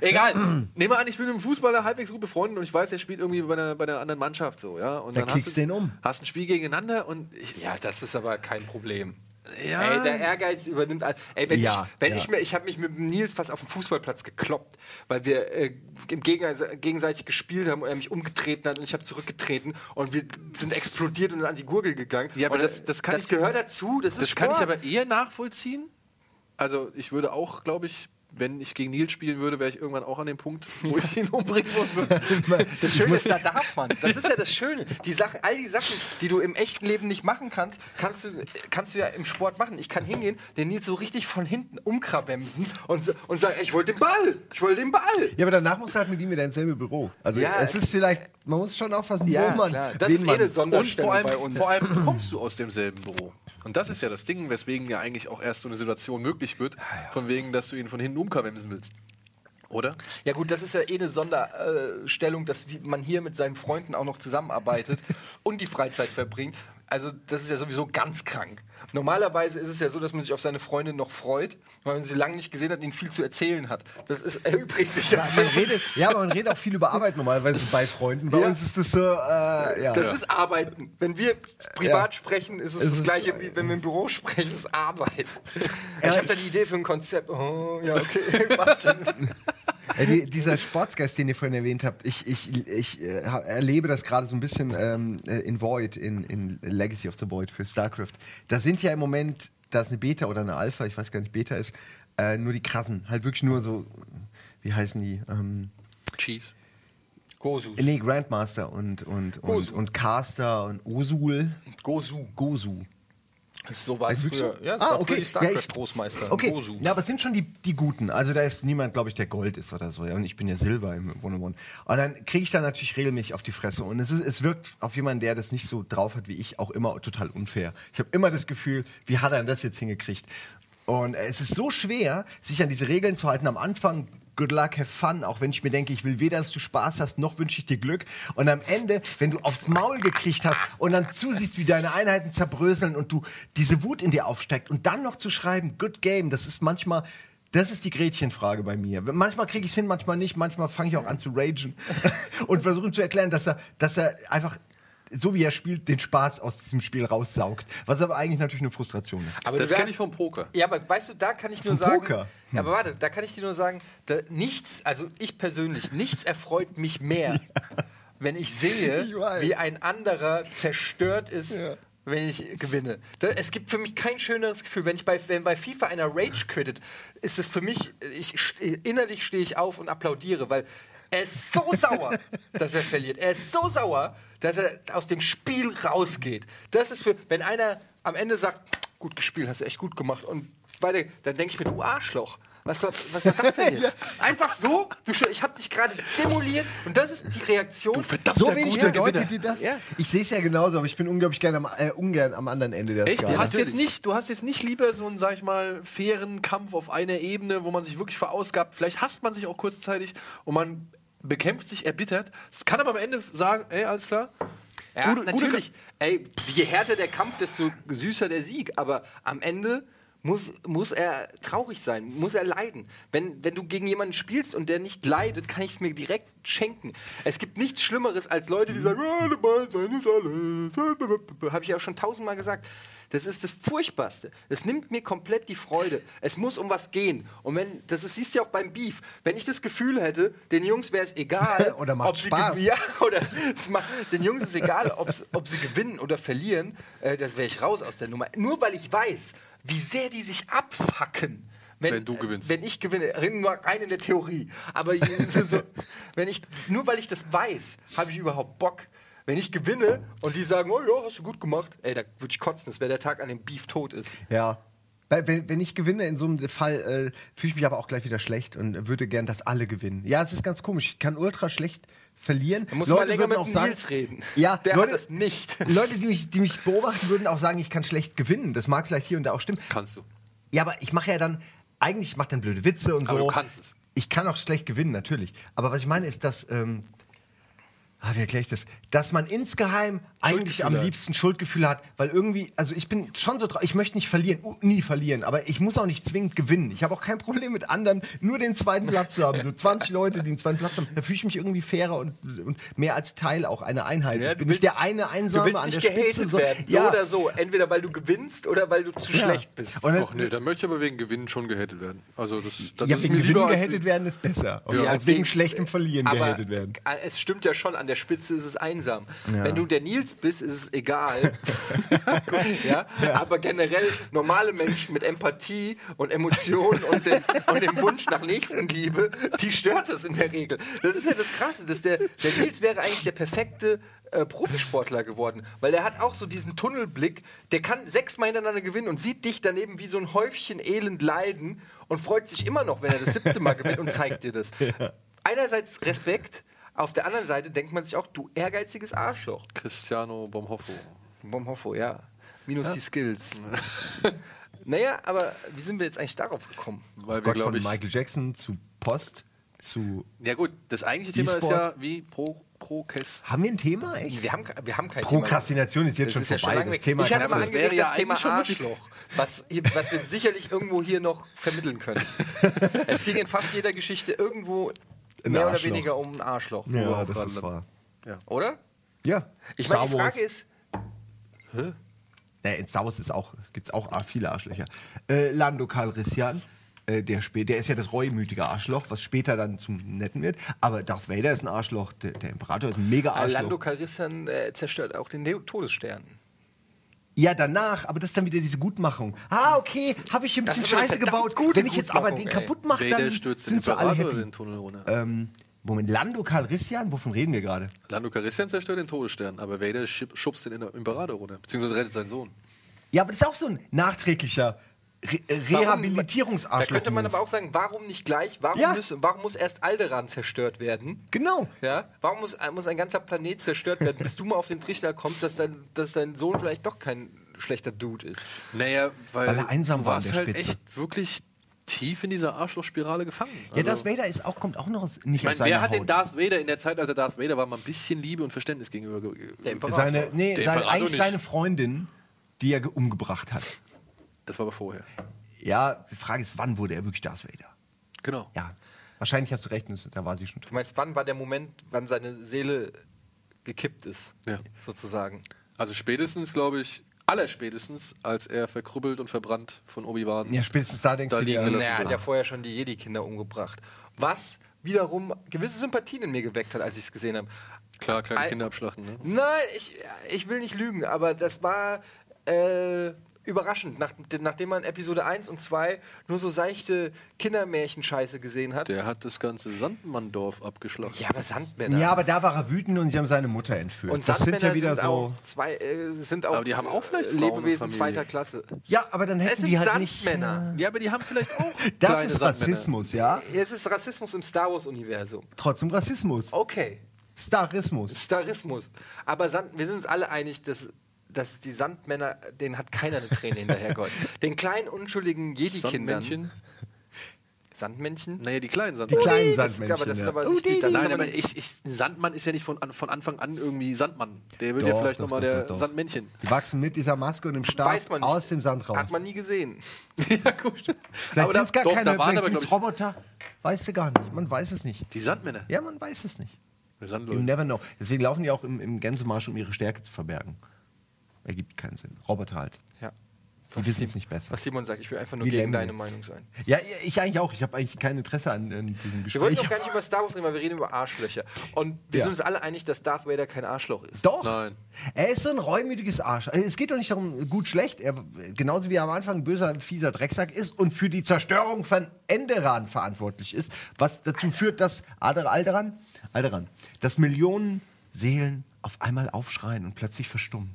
Egal. Nehmen wir an, ich bin mit dem Fußballer halbwegs gut befreundet und ich weiß, der spielt irgendwie bei einer, bei einer anderen Mannschaft so, ja. Und
Dann
hast
kickst
du-
den um.
Hast ein Spiel gegeneinander und ich,
Ja, das ist aber kein Problem.
Ja.
Ey, der Ehrgeiz übernimmt alles. Ey, wenn
Ja,
ich, wenn
ja.
ich mir, ich habe mich mit dem Nils fast auf dem Fußballplatz gekloppt, weil wir äh, im Gegense gegenseitig gespielt haben und er mich umgetreten hat und ich habe zurückgetreten und wir sind explodiert und an die Gurgel gegangen.
Ja, aber
und
das- das kann
das
ich-
gehört dazu. Das,
das
ist
kann ich
Sport.
aber eher nachvollziehen. Also ich würde auch, glaube ich, wenn ich gegen Nils spielen würde, wäre ich irgendwann auch an dem Punkt, wo ich ihn umbringen <laughs> würde.
Das Schöne ist, da darf man. Das ist ja das Schöne. Die Sachen, all die Sachen, die du im echten Leben nicht machen kannst, kannst du, kannst du ja im Sport machen. Ich kann hingehen, den Nils so richtig von hinten umkrabemsen und, so- und sagen, ey, ich wollte den Ball, ich wollte den Ball.
Ja, aber danach musst du halt mit ihm wieder ins selbe Büro. Also
Ja,
es ist vielleicht, man muss schon aufpassen, wo man,
Das
wen
ist eh
man
eine
Und
Sonderstellung
vor allem,
bei uns.
vor allem kommst du aus demselben Büro. Und das ist ja das Ding, weswegen ja eigentlich auch erst so eine Situation möglich wird, von wegen, dass du ihn von hinten umkabemsen willst. Oder?
Ja gut, das ist ja eh eine Sonderstellung, dass wie- man hier mit seinen Freunden auch noch <laughs> zusammenarbeitet und die Freizeit verbringt. Also das ist ja sowieso ganz krank. Normalerweise ist es ja so, dass man sich auf seine Freunde noch freut, weil man sie lange nicht gesehen hat und ihnen viel zu erzählen hat. Das ist <laughs> erübrigt sich ja.
man redet, ja, aber man redet auch viel über Arbeit normalerweise bei Freunden. Bei
Ja.
uns ist das so, äh, ja.
Das ist Arbeiten. Wenn wir privat sprechen, ist äh, es,
Es
das
ist-
gleiche, wie wenn wir im Büro sprechen, ist Arbeit. ich habe da die Idee für ein Konzept. Oh, ja, <laughs> okay. Was denn?
Äh, die, dieser Sportsgeist, den ihr vorhin erwähnt habt, ich, ich, ich äh, ha- erlebe das gerade so ein bisschen ähm, äh, in Void, in, in Legacy of the Void für StarCraft. Da sind ja im Moment, da ist eine Beta oder eine Alpha, ich weiß gar nicht, Beta ist, äh, nur die krassen. Halt wirklich nur so, wie heißen die? Ähm,
Cheese.
Gosu.
nee, Grandmaster und, und, und,
Gosu.
und Caster und Osul.
Gosu.
Gosu.
Das ist so weit
Ist wirklich
früher.
so?
Ja, das
Ah,
war
okay.
früher die
Ja, ich-
StarCraft-Großmeister.
Okay,
Gosu.
ja, aber es sind schon die, die Guten. Also da ist niemand, glaube ich, der Gold ist oder so. Ja, und ich bin ja Silber im One-on-One. Und dann kriege ich da natürlich regelmäßig auf die Fresse. Und es, ist, es wirkt auf jemanden, der das nicht so drauf hat wie ich, auch immer total unfair. Ich habe immer das Gefühl, wie hat er denn das jetzt hingekriegt? Und es ist so schwer, sich an diese Regeln zu halten. Am Anfang Good luck, have fun, auch wenn ich mir denke, ich will weder, dass du Spaß hast, noch wünsche ich dir Glück. Und am Ende, wenn du aufs Maul gekriegt hast und dann zusiehst, wie deine Einheiten zerbröseln und du diese Wut in dir aufsteigt und dann noch zu schreiben, good game, das ist manchmal Das ist die Gretchenfrage bei mir. Manchmal kriege ich es hin, manchmal nicht. Manchmal fange ich auch an zu ragen <laughs> und versuche ihm zu erklären, dass er, dass er einfach, so wie er spielt, den Spaß aus diesem Spiel raussaugt. Was aber eigentlich natürlich eine Frustration ist.
Aber
das
du wär-
kenne ich vom Poker.
Ja, aber weißt du, da kann ich nur
Vom
sagen.
Poker.
Ja, aber warte, da kann ich dir nur sagen, da nichts, also ich persönlich, nichts erfreut mich
<laughs>
mehr, wenn ich sehe,
Ich weiß.
wie ein anderer zerstört ist.
Ja.
Wenn ich gewinne. Da, es gibt für mich kein schöneres Gefühl. Wenn ich bei, wenn bei FIFA einer Rage quittet, ist es für mich, ich, innerlich stehe ich auf und applaudiere, weil er ist so sauer, dass er verliert. Er ist so sauer, dass er aus dem Spiel rausgeht. Das ist für, wenn einer am Ende sagt, gut gespielt, hast du echt gut gemacht und weiter, dann denke ich mir, du Arschloch. Was war, was war das denn jetzt? Einfach so? Du, Sch- ich habe dich gerade demoliert und das ist die Reaktion. Du
verdammter
So wenig
guter
Leute,
Gewinner.
die das.
Ja.
Ich sehe es ja genauso, aber ich bin unglaublich gern am, äh, ungern am anderen Ende der
Echt?
Skala.
Du hast,
natürlich.
jetzt nicht, du hast jetzt nicht lieber so einen, sag ich mal, fairen Kampf auf einer Ebene, wo man sich wirklich verausgabt. Vielleicht hasst man sich auch kurzzeitig und man bekämpft sich erbittert. Es kann aber am Ende sagen, ey, alles klar.
Ja,
Gute- gute
natürlich. Ey, je härter der Kampf, desto süßer der Sieg. Aber am Ende muss, muss er traurig sein, muss er leiden. Wenn, wenn du gegen jemanden spielst und der nicht leidet, kann ich es mir direkt schenken. Es gibt nichts Schlimmeres als Leute, die sagen, "Ah, dabei sein ist alles. Habe ich ja schon tausendmal gesagt. Das ist das Furchtbarste. Es nimmt mir komplett die Freude. Es muss um was gehen. Und wenn, das ist, siehst du ja auch beim Beef. Wenn ich das Gefühl hätte, den Jungs wäre es egal,
Oder macht
sie
Spaß.
ge- Ja, <laughs> oder es macht, den Jungs ist egal, ob's, ob sie gewinnen oder verlieren. Äh, das wäre ich raus aus der Nummer. Nur weil ich weiß, wie sehr die sich abfacken.
Wenn du gewinnst.
Wenn ich gewinne, rein- nur rein in der Theorie. Aber <laughs> je- so, so, wenn ich, nur weil ich das weiß, habe ich überhaupt Bock. Wenn ich gewinne und die sagen, oh ja, hast du gut gemacht, ey, da würde ich kotzen. Das wäre der Tag, an dem Beef tot ist.
Ja. Weil, Wenn, wenn ich gewinne in so einem Fall, äh, fühle ich mich aber auch gleich wieder schlecht und würde gern, dass alle gewinnen. Ja, es ist ganz komisch. Ich kann ultra schlecht verlieren.
Da muss
Leute
man länger
würden
mit
auch
dem
sagen-
Nils reden.
Ja,
der
Leute,
hat das nicht.
Leute, die mich, die mich beobachten, würden auch sagen, ich kann schlecht gewinnen. Das mag vielleicht hier und da auch stimmen.
Kannst du.
Ja, aber ich mache ja dann, eigentlich mache dann blöde Witze und
Aber
so.
du kannst es.
Ich kann auch schlecht gewinnen, natürlich. Aber was ich meine ist, dass, ähm, ah, wie erkläre ich das? Dass man insgeheim eigentlich am
hat.
liebsten Schuldgefühle hat, weil irgendwie, also ich bin schon so drauf, ich möchte nicht verlieren, uh, nie verlieren, aber ich muss auch nicht zwingend gewinnen. Ich habe auch kein Problem mit anderen, nur den zweiten Platz zu haben. So 20 Leute, die den zweiten Platz haben, da fühle ich mich irgendwie fairer und, und mehr als Teil auch einer Einheit.
Ja,
ich
du
bin
willst-
nicht der eine Einsame an der Spitze.
gehatet werden, so
ja.
oder so. Entweder weil du gewinnst oder weil du zu
Ja.
schlecht bist.
Und dann,
Ach nee, da möchte ich aber wegen Gewinnen schon gehatet werden. Also das, das
ja, wegen
mir lieber
Gewinnen
als-
gehatet werden ist besser.
Ja,
als
okay.
wegen schlechtem Verlieren
Aber äh,
gehatet werden.
Es stimmt ja schon, an der Spitze ist es einsam. Wenn du der Nils bist, ist es
<laughs>
egal. ja? Aber generell normale Menschen mit Empathie und Emotionen und dem, und dem Wunsch nach Nächstenliebe, die stört es in der Regel. Das ist ja das Krasse. Dass der, der Nils wäre eigentlich der perfekte äh, Profisportler geworden, weil er hat auch so diesen Tunnelblick, der kann sechsmal hintereinander gewinnen und sieht dich daneben wie so ein Häufchen elend leiden und freut sich immer noch, wenn er das siebte Mal gewinnt und zeigt dir das einerseits Respekt, auf der anderen Seite denkt man sich auch, du ehrgeiziges Arschloch.
Cristiano Bomhoffo.
Bomhoffo, ja. Minus die
<laughs>
Skills. naja, aber wie sind wir jetzt eigentlich darauf gekommen?
Weil wir,
Gott,
glaube
von
ich.
Michael Jackson zu Post zu.
Ja gut, das eigentliche Thema ist
E-Sport.
ja wie Pro Prokest.
Haben wir ein Thema? Echt?
Wir haben, wir haben kein
Prokrastination ist jetzt
Das
schon
ist ja schon
vorbei.
lange
das
weg.
Thema
ich hatte
kannst
mal
du-
das wäre
angeregt,
ja
das Thema
eigentlich schon möglich.
Arschloch, was, hier, was wir sicherlich irgendwo hier noch vermitteln
<laughs>
können. es ging in fast jeder Geschichte irgendwo
Ein
mehr oder
Arschloch.
weniger um ein Arschloch.
ja,
Wo
das
auch
ist
gerade-
wahr.
Oder?
Ja.
Ich meine, die
Star Wars.
Frage ist,
Naja, in Star Wars ist auch, gibt's auch ar- viele Arschlöcher. Äh, Lando Calrissian, äh, der, spä- der ist ja das reumütige Arschloch, was später dann zum Netten wird. Aber Darth Vader ist ein Arschloch, der, der Imperator ist ein mega Arschloch.
Äh, Lando Calrissian äh, zerstört auch den Neo- Todesstern.
Ja, danach, aber das ist dann wieder diese Gutmachung. Ah, okay, habe ich hier ein
Das
bisschen
ist aber eine
Scheiße
verdammt
gebaut.
gute
Wenn ich jetzt aber den
Gutmachung, ey.
kaputt mache,
Vader
dann
stürzt den
sind sie alle
Imperator in
happy.
den Tunnel runter.
Ähm, Moment, Lando Calrissian, wovon reden wir gerade?
Lando Calrissian zerstört den Todesstern, aber Vader schub- schubst den Imperator runter, beziehungsweise rettet seinen Sohn.
Ja, aber das ist auch so ein nachträglicher Re äh,
Da
Rehabilitierungsarschloch.
könnte man aber auch sagen, warum nicht gleich? Warum,
Ja.
müssen, warum muss erst Alderan zerstört werden?
Genau.
Ja? Warum muss, muss ein ganzer Planet zerstört werden, bis du mal auf den Trichter kommst, dass dein, dass dein Sohn vielleicht doch kein schlechter Dude ist?
Naja, weil,
Weil er einsam
du
war an
warst
der
halt
Spitze.
echt wirklich tief in dieser Arschlochspirale gefangen.
Ja,
Also-
Darth Vader ist auch, kommt auch noch aus, nicht
Ich
aus seiner
meine, wer hat
Haut.
den Darth Vader in der Zeit, als er Darth Vader war, mal ein bisschen Liebe und Verständnis gegenüber? ge-
Der Imperator.
seine, nee,
Der
seine,
Imperator
eigentlich
nicht.
seine Freundin, die er ge- umgebracht hat.
Das war aber vorher.
Ja, die Frage ist, wann wurde er wirklich Darth Vader?
Genau.
Ja, wahrscheinlich hast du recht, da war sie schon tot.
Du meinst, wann war der Moment, wann seine Seele gekippt ist,
Ja.
sozusagen?
Also spätestens, glaube ich, allerspätestens, als er verkrüppelt und verbrannt von Obi-Wan.
Ja, spätestens da denkst
Da
du dir,
liegen
Na,
gelassen
er hat
wurde.
ja vorher schon die Jedi-Kinder umgebracht. Was wiederum gewisse Sympathien in mir geweckt hat, als ich es gesehen habe.
Klar, kleine
Ei-
Kinder abschlachten. Ne?
Nein, ich, ich will nicht lügen, aber das war äh, überraschend, nach, nachdem man Episode 1 und 2 nur so seichte Kindermärchenscheiße gesehen hat.
Der hat das ganze Sandmanndorf abgeschlagen.
Ja, aber Sandmänner.
ja, aber da war er wütend und sie haben seine Mutter entführt.
und
das sind
Sandmänner
ja wieder so.
auch, zwei, äh, sind auch,
Aber die haben auch vielleicht
äh,
Frauen und
Lebewesen
Familie.
zweiter Klasse.
Ja, aber dann
Es
hätten
sind
die halt nicht.
Sandmänner.
Ja, aber die haben vielleicht auch.
<laughs> Das
kleine
ist
Sandmänner.
Rassismus, ja?
Es ist Rassismus im Star Wars-Universum.
Trotzdem Rassismus.
Okay.
Starismus.
Starismus. Aber Sand, wir sind uns alle einig, dass, dass die Sandmänner, denen hat keiner eine Träne
<laughs>
hinterhergeholt. Den kleinen, unschuldigen Jedi-Kindern.
Sandmännchen?
Sandmännchen?
Naja, die kleinen
Die
Sandmännchen.
kleinen
Das-
Sandmännchen.
Aber das sind
ja.
aber nicht die, das ist
Nein,
aber
aber
nicht-
ich, ich, ein Sandmann ist ja nicht von, an, von Anfang an irgendwie Sandmann. Der wird ja
Doch,
vielleicht
doch,
nochmal
doch,
der
doch, doch.
Sandmännchen.
die wachsen mit dieser Maske und dem Stab
Weiß man nicht.
aus dem Sand raus.
hat man nie gesehen.
ja, gut.
vielleicht sind es gar
doch,
keine,
da waren
vielleicht
aber,
sind
glaub
es
ich,
Roboter. Weißt du gar nicht. Man weiß es nicht.
die Sandmänner.
Ja, man weiß es nicht. You
Sandleute.
never know. Deswegen laufen die auch im, im Gänsemarsch, um ihre Stärke zu verbergen. Ergibt keinen Sinn. Roboter halt.
Ja.
Die wissen es nicht besser.
Was Simon sagt, ich will einfach nur
Wie
gegen
Lemmy.
deine Meinung sein.
Ja, ich eigentlich auch. Ich habe eigentlich kein Interesse an, an diesem
Wir wollten
Gespräch.
doch gar nicht über Star Wars reden, weil wir reden über Arschlöcher. Und wir
Ja.
sind uns alle einig, dass Darth Vader kein Arschloch ist.
Doch.
Nein.
Er ist so ein reumütiges Arsch. Also, Es geht doch nicht darum, gut, schlecht. Er, genauso wie er am Anfang ein böser, fieser Drecksack ist und für die Zerstörung von Enderan verantwortlich ist, was dazu führt, dass Ader Alderan, Alderan, dass Millionen Seelen auf einmal aufschreien und plötzlich verstummen.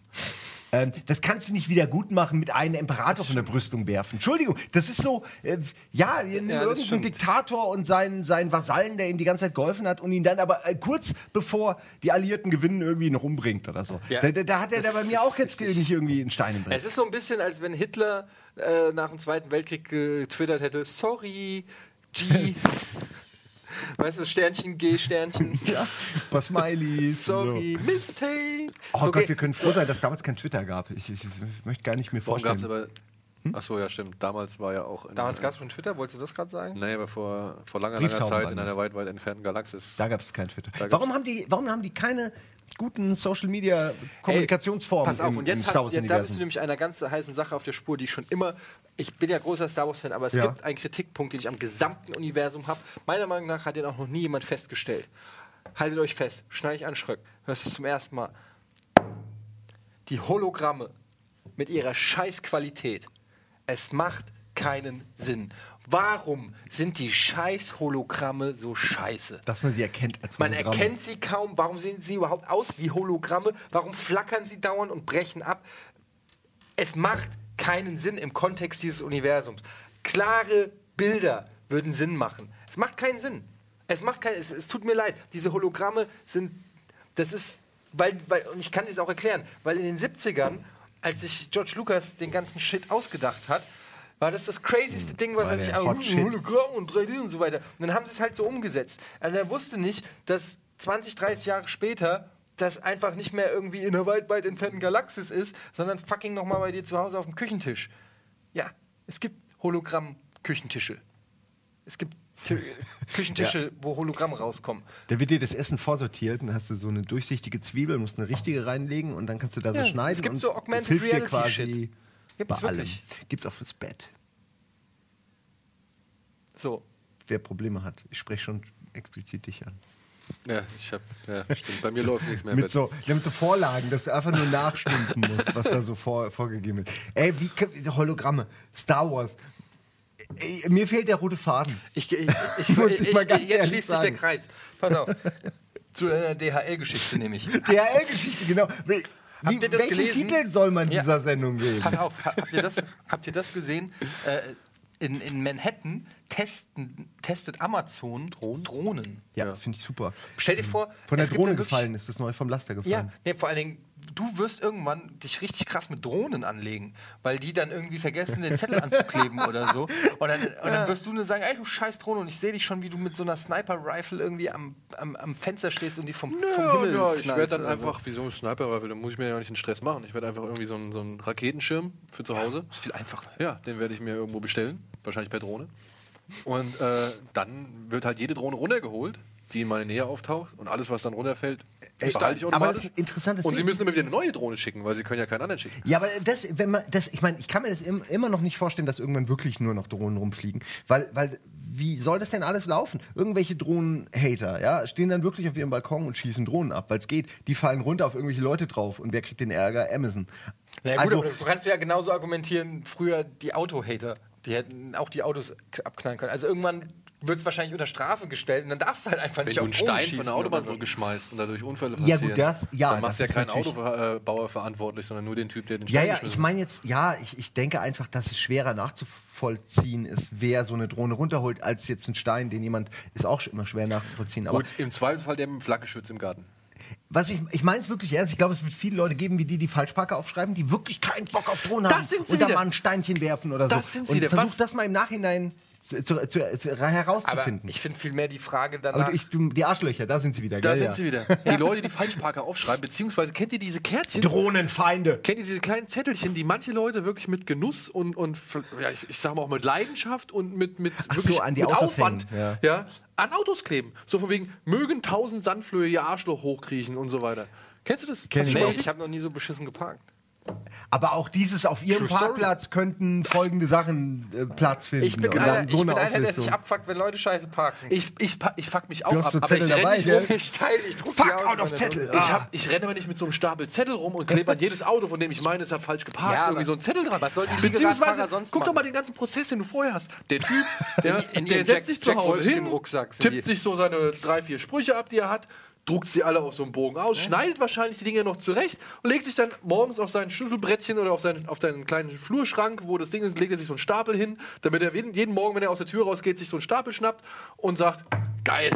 Ähm, das kannst du nicht wieder gut machen mit einem Imperator von der Brüstung werfen. Entschuldigung, das ist so, äh, ja,
das
irgendein
stimmt.
Diktator und seinen, seinen Vasallen, der ihm die ganze Zeit geholfen hat und ihn dann aber äh, kurz bevor die Alliierten gewinnen, irgendwie noch umbringt oder so.
Ja.
Da, da, da hat er da bei mir auch jetzt nicht irgendwie in Stein im
Es <laughs>
Brett.
ist so ein bisschen, als wenn Hitler äh, nach dem Zweiten Weltkrieg getwittert hätte: Sorry,
<laughs>
G. weißt du, Sternchen, G, Sternchen.
Ja. Was
<laughs>
Smileys.
Sorry,
So.
Mistake.
Oh
So
Gott,
geht-
wir können froh sein, dass es damals kein Twitter gab. Ich, ich, ich möchte gar nicht mir
Warum gab es
vorstellen. Hm?
aber. Achso, ja, stimmt. Damals war ja auch. in-
Damals gab es schon Twitter, wolltest du das gerade sagen?
Nee, aber vor, vor langer, langer
Brieftauben
Zeit
waren
in einer
das.
weit, weit entfernten Galaxis.
Da gab es kein Twitter.
gab's-
Warum haben, die, warum haben die keine guten Social Media Kommunikationsformen?
Pass auf,
im-
und
im
jetzt
Star
hast,
Wars
ja, da bist du
Universum?
nämlich einer ganz heißen Sache auf der Spur, die ich schon immer. Ich bin ja großer Star Wars-Fan, aber es
Ja.
gibt einen Kritikpunkt, den ich am gesamten Universum habe. Meiner Meinung nach hat den auch noch nie jemand festgestellt. Haltet euch fest, schneide ich an Schröck, hörst du es zum ersten Mal. Die Hologramme mit ihrer Scheißqualität. Es macht keinen Sinn. Warum sind die Scheiß-Hologramme so scheiße?
dass man sie erkennt als
Man
Hologramme.
erkennt sie kaum. Warum sehen sie überhaupt aus wie Hologramme? Warum flackern sie dauernd und brechen ab? Es macht keinen Sinn im Kontext dieses Universums. Klare Bilder würden Sinn machen. Es macht keinen Sinn. Es macht keinen. Es, es tut mir leid. Diese Hologramme sind. Das ist. Weil, weil, und ich kann das auch erklären, weil in den 70ern, als sich George Lucas den ganzen Shit ausgedacht hat, war das das crazyste Ding, was
Hm, war
er sich
der
auch
Hot Shit.
Hologramm und 3D und so weiter. Und dann haben sie es halt so umgesetzt. Also er wusste nicht, dass 20, 30 Jahre später das einfach nicht mehr irgendwie in einer weit, weit entfernten Galaxis ist, sondern fucking nochmal bei dir zu Hause auf dem Küchentisch. Ja, es gibt Hologramm-Küchentische. Es gibt
<laughs>
T Küchentische, wo Hologramme rauskommen.
Da wird dir das Essen vorsortiert und hast du so eine durchsichtige Zwiebel, musst eine richtige reinlegen und dann kannst du da
Ja,
so schneiden.
es gibt
und
so
das
Augmented
hilft dir
Reality
quasi
Shit. Gibt's
Bei allem.
wirklich.
Gibt's auch fürs Bett.
So.
Wer Probleme hat, ich spreche schon explizit dich an.
Ja, ich hab. Ja, stimmt. Bei mir läuft nichts mehr. im
Mit
Bett.
so, ja, mit so Vorlagen, dass du einfach nur nachstimmen musst, was da so vor, vorgegeben wird. Ey, wie kann- Hologramme, Star Wars. Ey, mir fehlt der rote Faden.
Ich,
<laughs>
ich, ich, ich,
Muss
ich,
ich mal ganz
jetzt
ehrlich
schließt sich der
sagen.
Kreis. Pass auf. Zu einer DHL-Geschichte nämlich.
DHL-Geschichte, genau. Wie,
Habt ihr das
welchen
gelesen?
Titel soll man
Ja.
dieser
<laughs>
Sendung geben?
Pass auf, ha- habt ihr das, habt ihr das gesehen? Äh, in, in Manhattan testen, testet Amazon Drohnen.
Ja, das finde ich super.
Stell dir vor,
Von der
es gibt da
Drohne
wirklich-
gefallen ist, das neue vom Laster gefallen.
Ja, nee, vor allen Dingen du wirst irgendwann dich richtig krass mit Drohnen anlegen, weil die dann irgendwie vergessen, den Zettel anzukleben oder so. Und dann, und dann wirst du nur sagen, ey, du scheiß Drohne, und ich sehe dich schon, wie du mit so einer Sniper-Rifle irgendwie am, am, am Fenster stehst und die vom, vom
Ja,
Himmel
ja, ich werde
knallst
dann
also.
oder so.
einfach, wie so ein Sniper, weil dann muss ich mir ja auch nicht den Stress machen. Ich werde einfach irgendwie so einen, so einen Raketenschirm für zu Hause.
Ist viel einfacher.
Ja, den werde ich mir irgendwo bestellen. Wahrscheinlich per Drohne. Und äh, dann wird halt jede Drohne runtergeholt, die in meine Nähe auftaucht. Und alles, was dann runterfällt, behalte ich
aber das ist
automatisch.
ein interessantes
Und sie
Ding.
müssen immer wieder eine neue Drohne schicken, weil sie können ja keinen anderen schicken.
Ja, aber das, wenn man, das, ich meine, ich kann mir das im, immer noch nicht vorstellen, dass irgendwann wirklich nur noch Drohnen rumfliegen. Weil, weil, wie soll das denn alles laufen? Irgendwelche Drohnen-Hater, ja, stehen dann wirklich auf ihrem Balkon und schießen Drohnen ab, weil es geht. Die fallen runter auf irgendwelche Leute drauf. Und wer kriegt den Ärger? Amazon.
Na gut,
Also-
aber so kannst du ja genauso argumentieren, früher die Autohater, die hätten auch die Autos k- abknallen können. Also irgendwann wird es wahrscheinlich unter Strafe gestellt und dann darfst du halt einfach
Wenn
nicht
du
auf
einen Stein
Drohnen
von der
schießen oder
Autobahnbrücke schmeißt und dadurch Unfälle
Ja,
passieren,
gut, das- ja,
dann machst du ja
das ist
keinen
natürlich-
Autobauer verantwortlich, sondern nur den Typ, der den
Ja,
Stein
ja,
geschmissen
ich meine jetzt, ja, ich, ich denke einfach, dass es schwerer nachzuvollziehen ist, wer so eine Drohne runterholt, als jetzt ein Stein, den jemand, ist auch immer schwer nachzuvollziehen.
hat.
Aber
Gut, im Zweifelsfall der mit dem Flaggeschütz im Garten.
was ich, ich meine es wirklich ernst, ich glaube, es wird viele Leute geben, wie die, die Falschparker aufschreiben, die wirklich keinen Bock auf Drohnen
Das
haben
sind sie
und da
wieder.
mal ein Steinchen werfen oder so.
Das sind sie
und
wieder.
versuch
Was-
das mal im Nachhinein zu, zu, zu, zu,
Aber
herauszufinden.
ich finde vielmehr die Frage danach.
Aber ich, du, die Arschlöcher, da sind sie wieder.
Da
gell,
sind
ja.
sie
<laughs>
wieder. Die Leute, die Falschparker aufschreiben, beziehungsweise kennt ihr diese Kärtchen?
Drohnenfeinde.
Kennt ihr diese kleinen Zettelchen, die manche Leute wirklich mit Genuss und, und ja, ich, ich sag mal auch mit Leidenschaft und mit, mit,
Ach
wirklich
so, an die
mit
Autos
Aufwand
hängen, ja.
an Autos kleben? So von wegen, mögen tausend Sandflöhe ihr Arschloch hochkriechen und so weiter. Kennst du das? Also
Kenn
Hast
ich.
du
nee,
schon mal-
ich habe noch nie so beschissen geparkt.
Aber auch dieses auf ihrem
True story.
Parkplatz könnten folgende Sachen äh, Platz finden.
Ich bin,
und dann
einer,
so
ich bin
eine
einer, der
Auflistung.
sich abfuckt, wenn Leute scheiße parken. <laughs>
ich, ich, pa- ich fuck mich auch
hast
ab,
so
aber
Zettel
ich renne
dabei,
nicht
gell?
rum.
ich teile, ich druck die
äh, Fuck
aus,
out of
meine
Zettel.
Drohne.
Ich, hab, ich renne aber nicht mit so einem Stapel Zettel rum und klebe an jedes Auto, von dem ich meine, es hat falsch geparkt,
Ja, aber
irgendwie so ein Zettel dran.
was soll die
Beziehungsweise,
Liegeradfahrer sonst
guck doch
machen?
mal den ganzen Prozess, den du vorher hast.
<laughs>
Der Typ, der,
in
der
ihrem
setzt
Jack-
sich zu
Jack
Hause hin,
Wolfskin-Rucksack sind
tippt
die.
sich so seine drei, vier Sprüche ab, die er hat, druckt sie alle auf so einen Bogen aus, schneidet wahrscheinlich die Dinger noch zurecht und legt sich dann morgens auf sein Schlüsselbrettchen oder auf seinen, auf seinen kleinen Flurschrank, wo das Ding ist, legt er sich so einen Stapel hin, damit er jeden, jeden Morgen, wenn er aus der Tür rausgeht, sich so einen Stapel schnappt und sagt, geil,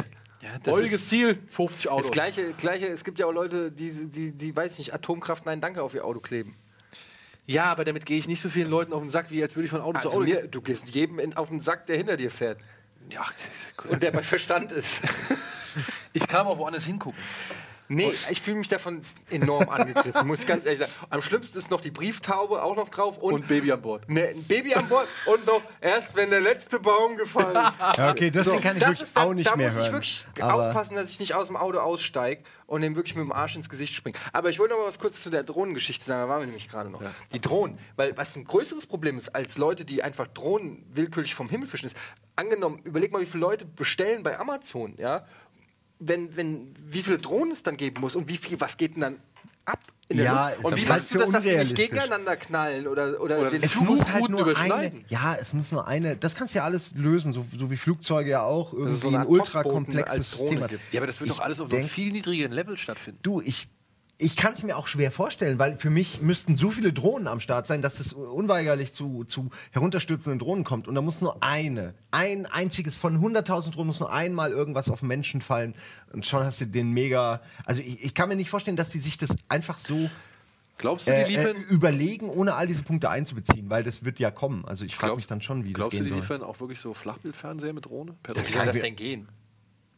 das
heutiges
ist-
Ziel, 50 Autos.
Das gleiche, gleiche, es gibt ja auch Leute, die, die, die, weiß ich nicht, Atomkraft, nein, danke, auf ihr Auto kleben.
Ja, aber damit gehe ich nicht so vielen Leuten auf den Sack, wie als würde ich von Auto zu
Also
Auto
mir, du gehst jedem in, auf den Sack, der hinter dir fährt
gehen.
<laughs>
Ja,
und der bei Verstand ist.
ich kann aber auch woanders hingucken.
Nee, Oh, ich fühle mich davon enorm <laughs> angegriffen, muss ich ganz ehrlich sagen. Am schlimmsten ist noch die Brieftaube auch noch drauf und,
Und Baby an Bord.
ne, ein Baby an Bord und noch erst, wenn der letzte Baum gefallen
<laughs>
ist.
Ja, okay, das Ding kann ich wirklich
dann-
auch nicht
da
mehr
muss
hören.
ich wirklich
Aber-
aufpassen, dass ich nicht aus dem Auto aussteige und dem wirklich mit dem Arsch ins Gesicht springe. Aber ich wollte noch mal was kurz zu der Drohnengeschichte sagen, da waren wir nämlich gerade noch. Die Drohnen, weil was ein größeres Problem ist, als Leute, die einfach Drohnen willkürlich vom Himmel fischen, ist, angenommen, überleg mal, wie viele Leute bestellen bei Amazon, ja, wenn, wenn, wie viele Drohnen es dann geben muss und wie viel, was geht denn dann ab? In der
Ja,
Luft?
ist
und
das
wie
halt
machst
für
du das, dass die nicht
unrealistisch.
gegeneinander knallen oder, oder,
Oder
den
das-
Es
Flug-
Flugrouten
muss halt nur eine,
überschneiden.
ja, es muss nur eine, das kannst du ja alles lösen, so, so wie Flugzeuge ja auch, irgendwie
es Also so eine
ein
Art
ultra
Postboten als
komplexes
Drohne
System. hat.
gibt.
Ja, aber das wird
Ich
doch alles auf
denk-
einem viel niedrigeren Level stattfinden.
Du, ich, ich kann es mir auch schwer vorstellen, weil für mich müssten so viele Drohnen am Start sein, dass es unweigerlich zu, zu herunterstürzenden Drohnen kommt. Und da muss nur eine, ein einziges von 100.000 Drohnen muss nur einmal irgendwas auf Menschen fallen. Und schon hast du den mega. Also ich, ich kann mir nicht vorstellen, dass die sich das einfach so
Glaubst du, die
äh, äh,
liefern,
überlegen, ohne all diese Punkte einzubeziehen, weil das wird ja kommen. Also ich frage
Glaubst-
mich dann schon, wie das
glaubst du,
gehen
die
soll.
liefern auch wirklich so Flachbildfernseher mit Drohne? Per
Wie soll das denn gehen?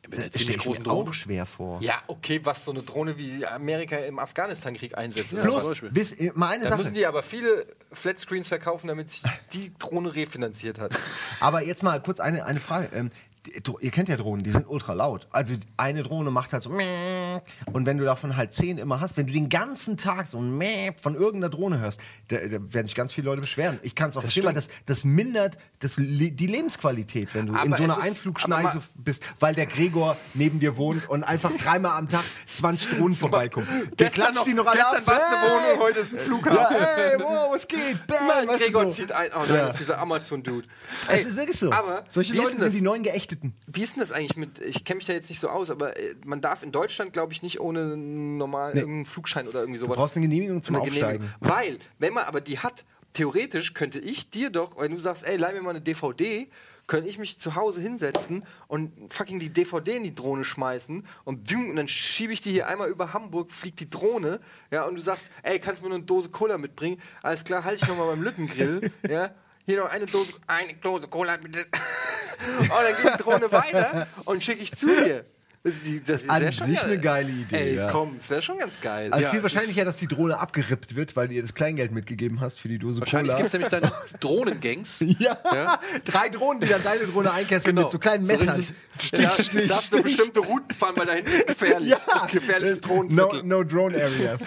Mit einer
Das stelle
ziemlich
ich
großen
mir
Drohne.
auch schwer vor.
Ja, okay, was so eine Drohne wie Amerika im Afghanistan-Krieg einsetzt. oder
Bloß-
was.
zum
Plus,
Beispiel.
bis, äh, mal eine
Da
Sache.
müssen die aber viele Flatscreens verkaufen, damit sich die Drohne refinanziert
<laughs>
hat.
Aber jetzt mal kurz eine, eine Frage. Ähm, die- Dro- ihr kennt ja Drohnen, die sind ultra laut. Also eine Drohne macht halt so Mäh. und wenn du davon halt zehn immer hast, wenn du den ganzen Tag so ein Mäh von irgendeiner Drohne hörst, da, da werden sich ganz viele Leute beschweren. Ich kann es auch verstehen, weil das, das mindert das, Le- die Lebensqualität, wenn du in
Aber
so
es
einer
ist- aber
Einflugschneise
mal-
bist, weil der Gregor neben dir wohnt und einfach dreimal am Tag 20 Drohnen vorbeikommen. Der klatscht die noch alle ab.
gestern war es eine
Hey!
Wohnung, heute ist ein
Ja,
Flughafen.
hey, wow, es geht. Bam,
Mann,
weißt du
Gregor
so.
zieht ein. Oh nein,
Ja.
das ist dieser Amazon-Dude.
Es
Ey,
ist wirklich so.
Aber
Solche
wie
Leute
ist denn das?
sind die neuen Geächteten.
Wie ist denn das eigentlich mit, ich kenne mich da jetzt nicht so aus, aber äh, man darf in Deutschland, glaube ich, nicht ohne einen normalen irgendeinen Flugschein oder irgendwie sowas.
Du brauchst eine Genehmigung zum
eine Genehmigung.
Aufsteigen.
Weil, wenn man aber die hat, theoretisch könnte ich dir doch, wenn du sagst, ey, leih mir mal eine DVD, könnte ich mich zu Hause hinsetzen und fucking die DVD in die Drohne schmeißen und, düm, und dann schiebe ich die hier einmal über Hamburg, fliegt die Drohne, ja, und du sagst, ey, kannst du mir nur eine Dose Cola mitbringen? Alles klar, halt halte ich nochmal beim
<laughs>
Lüttengrill, ja. Hier noch eine Dose, eine Dose Cola bitte. und Oh, dann geht die Drohne weiter und schicke ich zu dir. Das, das wär
An
sehr schon
sich
geil.
eine geile Idee,
Ey,
ja.
komm, das wäre schon ganz geil.
Also
Ja,
viel
es ist-
wahrscheinlicher, dass die Drohne abgerippt wird, weil du ihr das Kleingeld mitgegeben hast für die Dose
Wahrscheinlich
Cola.
gibt es nämlich <laughs> dann Drohnengangs.
<laughs> ja. drei Drohnen, die dann deine Drohne einkesseln
Genau.
mit so kleinen
So
Messern.
richtig-
Ja, du darfst nur bestimmte Routen fahren, weil da hinten ist gefährlich. Gefährliches Drohnenviertel.
Äh, No, no Drone Areas.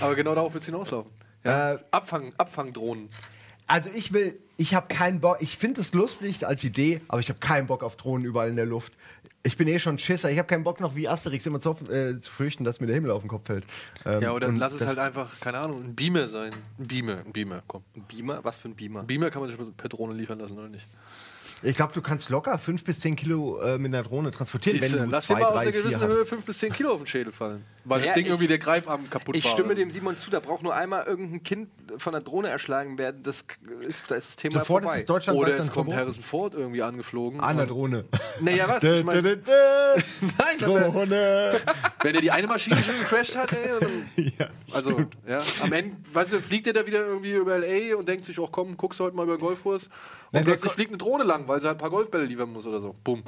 Aber genau darauf wird es hinauslaufen. Ja.
Äh,
Abfang, Abfangdrohnen.
Also ich will, ich habe keinen Bock, ich finde es lustig als Idee, aber ich habe keinen Bock auf Drohnen überall in der Luft. Ich bin eh schon ein Schisser, ich habe keinen Bock noch wie Asterix immer zu, hoffen- äh, zu fürchten, dass mir der Himmel auf den Kopf fällt. Ähm,
Ja, oder
und
lass es
das-
halt einfach, keine Ahnung, ein Beamer sein. Ein Beamer, ein Beamer, komm.
Ein Beamer? Was für ein Beamer?
Ein Beamer kann man sich per Drohne liefern lassen, oder nicht?
Ich glaube, du kannst locker 5 bis 10 Kilo äh, mit einer Drohne transportieren,
Siehste,
wenn du
lass dir
zwei,
mal aus
drei,
einer
vier
gewissen
hast.
Höhe 5 bis 10 Kilo auf den Schädel fallen. Weil
Ja,
das Ding
ich-
irgendwie der Greifarm kaputt
Ich
war.
stimme
oder
dem Simon zu, da braucht nur einmal irgendein Kind von der Drohne erschlagen werden. Das ist, da ist das Thema
Sofort ist
vorbei.
es Deutschland
Oder
dann
es kommt
verboten. Ah,
Harrison Ford irgendwie angeflogen.
An der
und-
Drohne.
Naja, was?
Dö,
Ich mein,
dö,
<laughs>
dö,
nein,
dö.
aber <laughs>
Drohne.
wenn der die eine Maschine schon gecrashed hat, ey, und dann,
<laughs> Ja.
also, ja, am Ende, weißt du, fliegt er da wieder irgendwie über L.A. und denkt sich, oh komm, guckst du heute mal über den Golfkurs. Und
Nein, der
plötzlich
ko-
fliegt eine Drohne lang, weil sie halt ein paar Golfbälle liefern muss oder so. Bumm.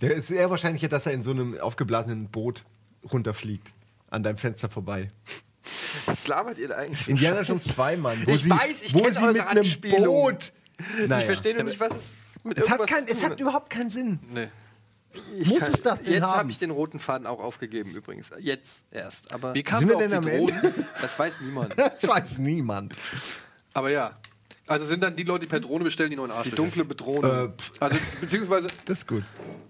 Der ist eher wahrscheinlicher, dass er in so einem aufgeblasenen Boot runterfliegt. An deinem Fenster vorbei.
Was labert ihr da eigentlich?
Indiana Jones 2, Mann. Wo
Ich
sie,
weiß, ich
wo
kenn
sie
eure
mit einem
Anspielung.
Boot. Naja.
Ich verstehe nur nicht, was es mit
Es hat,
irgendwas
kein,
zu
es
tun
hat überhaupt keinen
<laughs>
Sinn.
Nee.
Ich
Muss es das denn
Jetzt
haben?
habe ich den roten Faden auch aufgegeben übrigens. Jetzt erst. Aber <laughs>
Wie kam
Sind wir
auf
denn
die
am Ende?
Drohnen?
das weiß
<laughs>
niemand.
Das weiß niemand.
Aber ja. Also sind dann die Leute, die per Drohne bestellen, die neuen Arsch.
Die dunkle Bedrohung.
Also, beziehungsweise,
Äh, das ist gut.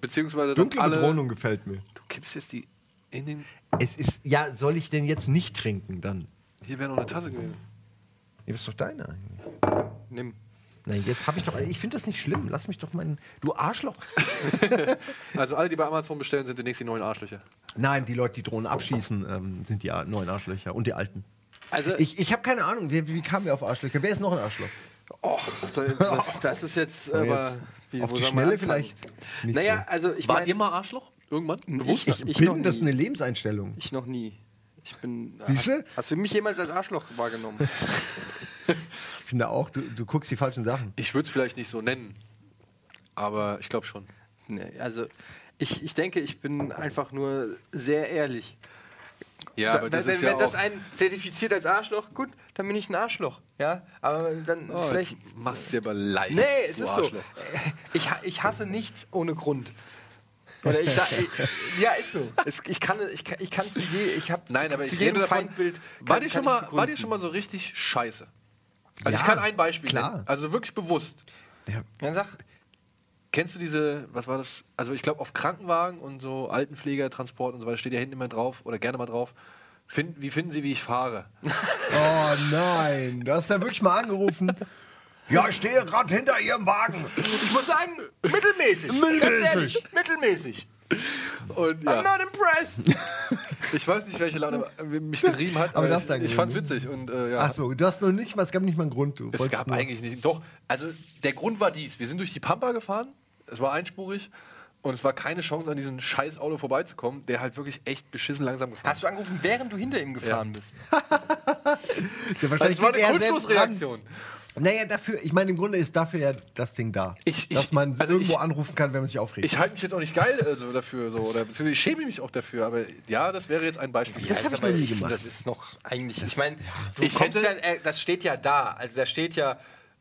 beziehungsweise dann
Dunkle Bedrohung gefällt mir.
Du kippst jetzt die in den.
Es ist, ja, soll ich denn jetzt nicht trinken dann?
Hier wäre noch eine Tasse gewesen.
Nee, das ist doch deine eigentlich.
Äh,
Nimm.
Nein, jetzt habe ich doch. Ich finde das nicht schlimm. Lass mich doch meinen. Du Arschloch.
Also alle, die bei Amazon bestellen, sind demnächst die neuen Arschlöcher.
Nein, die Leute, die Drohnen abschießen, ähm, sind die Ar- neuen Arschlöcher und die alten.
Also
Ich, ich habe keine Ahnung, wie, wie kamen wir auf Arschlöcher? Wer ist noch ein Arschloch?
So,
<laughs>
so, das ist jetzt aber.
jetzt
wie-
auf
wo
die
soll man
Schnelle
anfangen?
vielleicht nicht
Naja, also ich
wart
meine.
ihr mal Arschloch? Irgendwann? Bewusst?
ich, ich, noch
Bin, das ist
nie.
eine Lebenseinstellung.
ich noch nie. Ich bin.
Siehst du?
Hast du mich jemals als Arschloch
<laughs>
wahrgenommen?
Ich finde auch, du, du guckst die falschen Sachen.
Ich würde es vielleicht nicht so nennen. Aber ich glaube schon.
Nee, also ich, ich denke, ich bin einfach nur sehr ehrlich.
Ja,
Da-
aber
wenn
das
wenn,
ist ja
wenn das
auch.
einen zertifiziert als Arschloch, gut, dann bin ich ein Arschloch. Ja, aber dann
Oh,
vielleicht.
jetzt machst du dir aber leicht. <laughs>
Nee, es
du
ist so.
Arschloch.
<laughs> Ich, ha- ich hasse nichts ohne Grund. Oder ich,
<laughs>
sa- ich Ja, ist so. Es, ich kann ich kann, ich kann zu je, ich habe
Nein, aber
zu
ich
jedem
rede davon,
Feindbild
war, dir schon
ich
mal, war dir
begründen.
schon mal so richtig scheiße? Also
Ja,
ich kann ein Beispiel
klar.
nennen. Also wirklich bewusst.
Ja.
Dann sag,
Kennst du diese, was war das? Also ich glaube auf Krankenwagen und so Altenpflegertransport und so weiter steht ja hinten immer drauf oder gerne mal drauf. Find, wie finden Sie, wie ich fahre? <laughs>
Oh nein, du hast da wirklich mal angerufen. Ja, ich stehe gerade hinter ihrem Wagen.
ich muss sagen, mittelmäßig. Ganz ehrlich, mittelmäßig. I'm
Und ja,
not
<laughs>
impressed.
ich weiß nicht, welche Laune
<laughs>
mich getrieben hat,
Aber das
ich,
dann
ich fand's
gewesen.
witzig und äh, ja.
Achso, du hast noch nicht mal, es gab nicht mal einen Grund. Du
Es
wolltest
gab
nur-
eigentlich nicht. Doch, also der Grund war dies. Wir sind durch die Pampa gefahren, es war einspurig und es war keine Chance, an diesem scheiß Auto vorbeizukommen, der halt wirklich echt beschissen langsam gefahren
Hast du angerufen, während du hinter ihm gefahren bist?
Ja,
ist.
wahrscheinlich
Das war eine
geht er selbst
Kurzschlussreaktion.
ran. Naja, dafür, ich meine, im Grunde ist dafür ja das Ding da.
Ich- ich-
dass man
also
irgendwo
ich-
anrufen kann, wenn man sich aufregt.
Ich halte mich jetzt auch nicht geil äh, so dafür, so, oder beziehungsweise ich schäme mich auch dafür, aber ja, das wäre jetzt ein Beispiel.
Das hab ich noch nie gemacht.
Das ist noch eigentlich. Ich meine, du
Ich
kommst
hätte-
ja, äh, das steht ja da. Also da steht ja,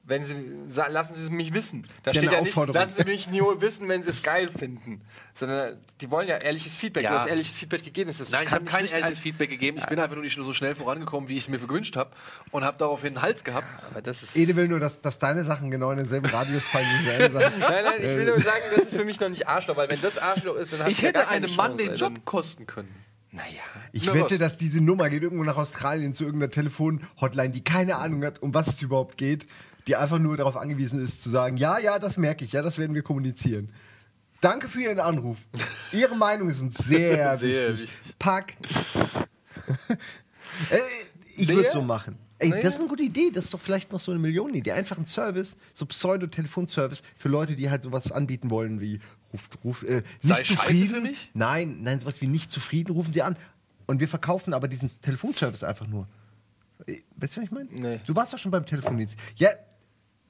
wenn Sie sa- lassen Sie es mich wissen. Da
Ist ja
steht
eine
ja nicht,
Aufforderung.
lassen Sie mich nur wissen, wenn Sie es geil finden, sondern die wollen ja ehrliches Feedback.
Ja.
Du hast ehrliches Feedback gegeben. Das
Nein, ich
kann
habe
mich
kein
nicht
ehrliches
als-
Feedback gegeben. Ich bin einfach nur nicht so schnell vorangekommen, wie ich es mir gewünscht habe und habe daraufhin einen Hals gehabt.
Aber das ist.
Ede will nur, dass, dass deine Sachen genau in denselben Radius fallen
<laughs>
wie seine Sachen.
Nein, nein, ich
<laughs>
will nur sagen, das ist für mich noch nicht Arschloch, weil wenn das Arschloch ist, dann hast
Ich
du ja
hätte
gar keine
einem Mann
Chance,
den
ey,
Job kosten können.
Dann, naja.
Ich
Na
wette,
was?
dass diese Nummer geht irgendwo nach Australien zu irgendeiner Telefon-Hotline, die keine Ahnung hat, um was es überhaupt geht, die einfach nur darauf angewiesen ist, zu sagen: Ja, ja, das merke ich, ja, das werden wir kommunizieren. Danke für Ihren Anruf. Ihre Meinung ist uns sehr,
Sehr
wichtig. Pack. Äh, ich würde
Sehr?
so machen. Ey, das ist eine gute Idee. Das ist doch vielleicht noch so eine Millionenidee. Einfach ein Service, so Pseudo-Telefonservice für Leute, die halt sowas anbieten wollen wie ruft, ruft, äh,
Sei
nicht
scheiße
zufrieden.
für mich?
Nein, nein, sowas wie nicht zufrieden, rufen sie an. Und wir verkaufen aber diesen Telefonservice einfach nur. Äh, Weißt du, was ich meine?
Nee.
Du warst doch schon beim Telefondienst. Ja,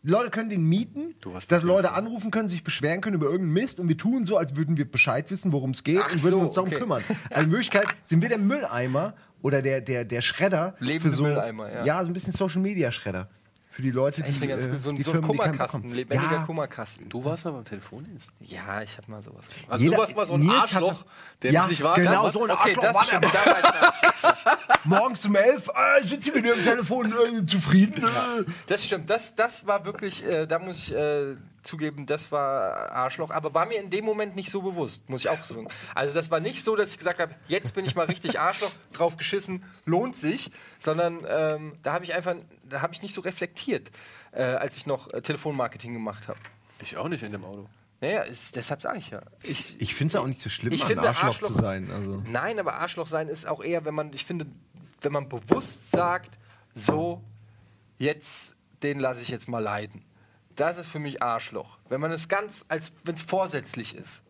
Leute können den mieten,
Du hast
dass
beim
Leute anrufen können, sich beschweren können über irgendeinen Mist und wir tun so, als würden wir Bescheid wissen, worum es geht
Ach
und würden
so,
uns darum
okay.
kümmern. Also in Möglichkeit sind wir der Mülleimer oder der, der, der Schredder.
Lebende
für so,
Mülleimer, ja.
Ja, so ein bisschen Social-Media-Schredder. Für die Leute,
Echt
die,
eine ganz
äh,
gute- so ein,
die
so ein
Firmen, die keinen
Kummerkasten,
bekommen.
lebendiger
ja,
Kummerkasten.
Du warst mal beim Telefondienst.
Ja, ich hab mal sowas.
Also
Jeder-
du warst mal so ein
Nils hat
Arschloch,
das-
der
Ja,
mich nicht war.
genau
das
so ein
war-
Arschloch war der.
stimmt, <laughs> da war ich mal.
Morgens um elf äh, sitze ich mit dem Telefon äh, zufrieden. Äh.
Das stimmt, das, das war wirklich, äh, da muss ich äh, zugeben, das war Arschloch, aber war mir in dem Moment nicht so bewusst, muss ich auch sagen. Also das war nicht so, dass ich gesagt habe, jetzt bin ich mal richtig Arschloch, <laughs> drauf geschissen, lohnt sich, sondern ähm, da habe ich einfach, da habe ich nicht so reflektiert, äh, als ich noch äh, Telefonmarketing gemacht habe.
Ich auch nicht in dem Auto.
Naja, ist, deshalb sage ich ja. Ich,
Ich finde es auch nicht so schlimm,
Ich
ein
finde
Arschloch,
Arschloch-
zu sein. Also.
Nein, aber Arschloch sein ist auch eher, wenn man, ich finde, wenn man bewusst sagt, so, jetzt, den lasse ich jetzt mal leiden. Das ist für mich Arschloch. Wenn man es ganz, als wenn es vorsätzlich ist.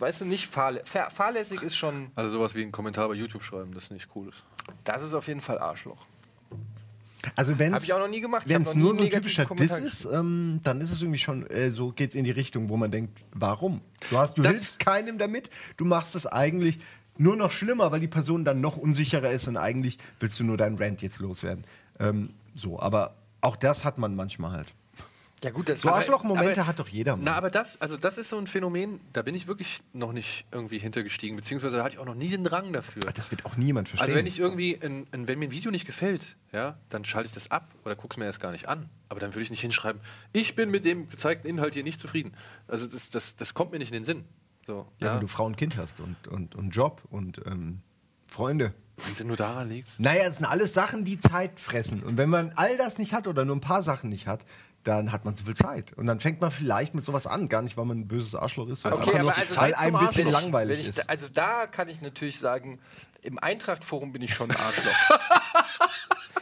Weißt du, nicht fahrlä fair- fahrlässig ist schon,
Also sowas wie einen Kommentar bei YouTube schreiben, das nicht cool ist.
das ist auf jeden Fall Arschloch.
Also wenn
Hab ich auch noch nie gemacht. Ich
Wenn
hab
es
noch
nur
nie
so ein
einen
typischer
negativen
Diss ist, ähm, dann ist es irgendwie schon äh, so geht's in die Richtung, wo man denkt, warum? Du hast, du
Das-
hilfst keinem damit. Du machst es eigentlich nur noch schlimmer, weil die Person dann noch unsicherer ist und eigentlich willst du nur deinen Rant jetzt loswerden. Ähm, so, aber auch das hat man manchmal halt.
Ja gut, das
So
ist
Arschlochmomente
aber-
hat doch jeder.
Na,
Mann.
aber das, also das ist so ein Phänomen, da bin ich wirklich noch nicht irgendwie hintergestiegen, beziehungsweise hatte ich auch noch nie den Drang dafür.
Das wird auch niemand verstehen.
Also wenn ich irgendwie, ein, ein, wenn mir ein Video nicht gefällt, ja, dann schalte ich das ab oder guck's mir erst gar nicht an. Aber dann würde ich nicht hinschreiben, ich bin mit dem gezeigten Inhalt hier nicht zufrieden. Also das, das, das kommt mir nicht in den Sinn. So,
ja,
ja,
wenn du Frau und Kind hast und, und, und Job und ähm, Freunde.
Wenn es nur daran liegt.
Naja, das sind alles Sachen, die Zeit fressen. Und wenn man all das nicht hat oder nur ein paar Sachen nicht hat, dann hat man zu viel Zeit. Und dann fängt man vielleicht mit sowas an. Gar nicht, weil man ein böses Arschloch ist, sondern
Okay,
einfach nur,
aber also
weil
Zeit
einem
zum
ein bisschen
Wenn ich-
langweilig
wenn ich, da-
ist.
Also da kann ich natürlich sagen, im Eintracht-Forum bin ich schon ein <laughs> Arschloch.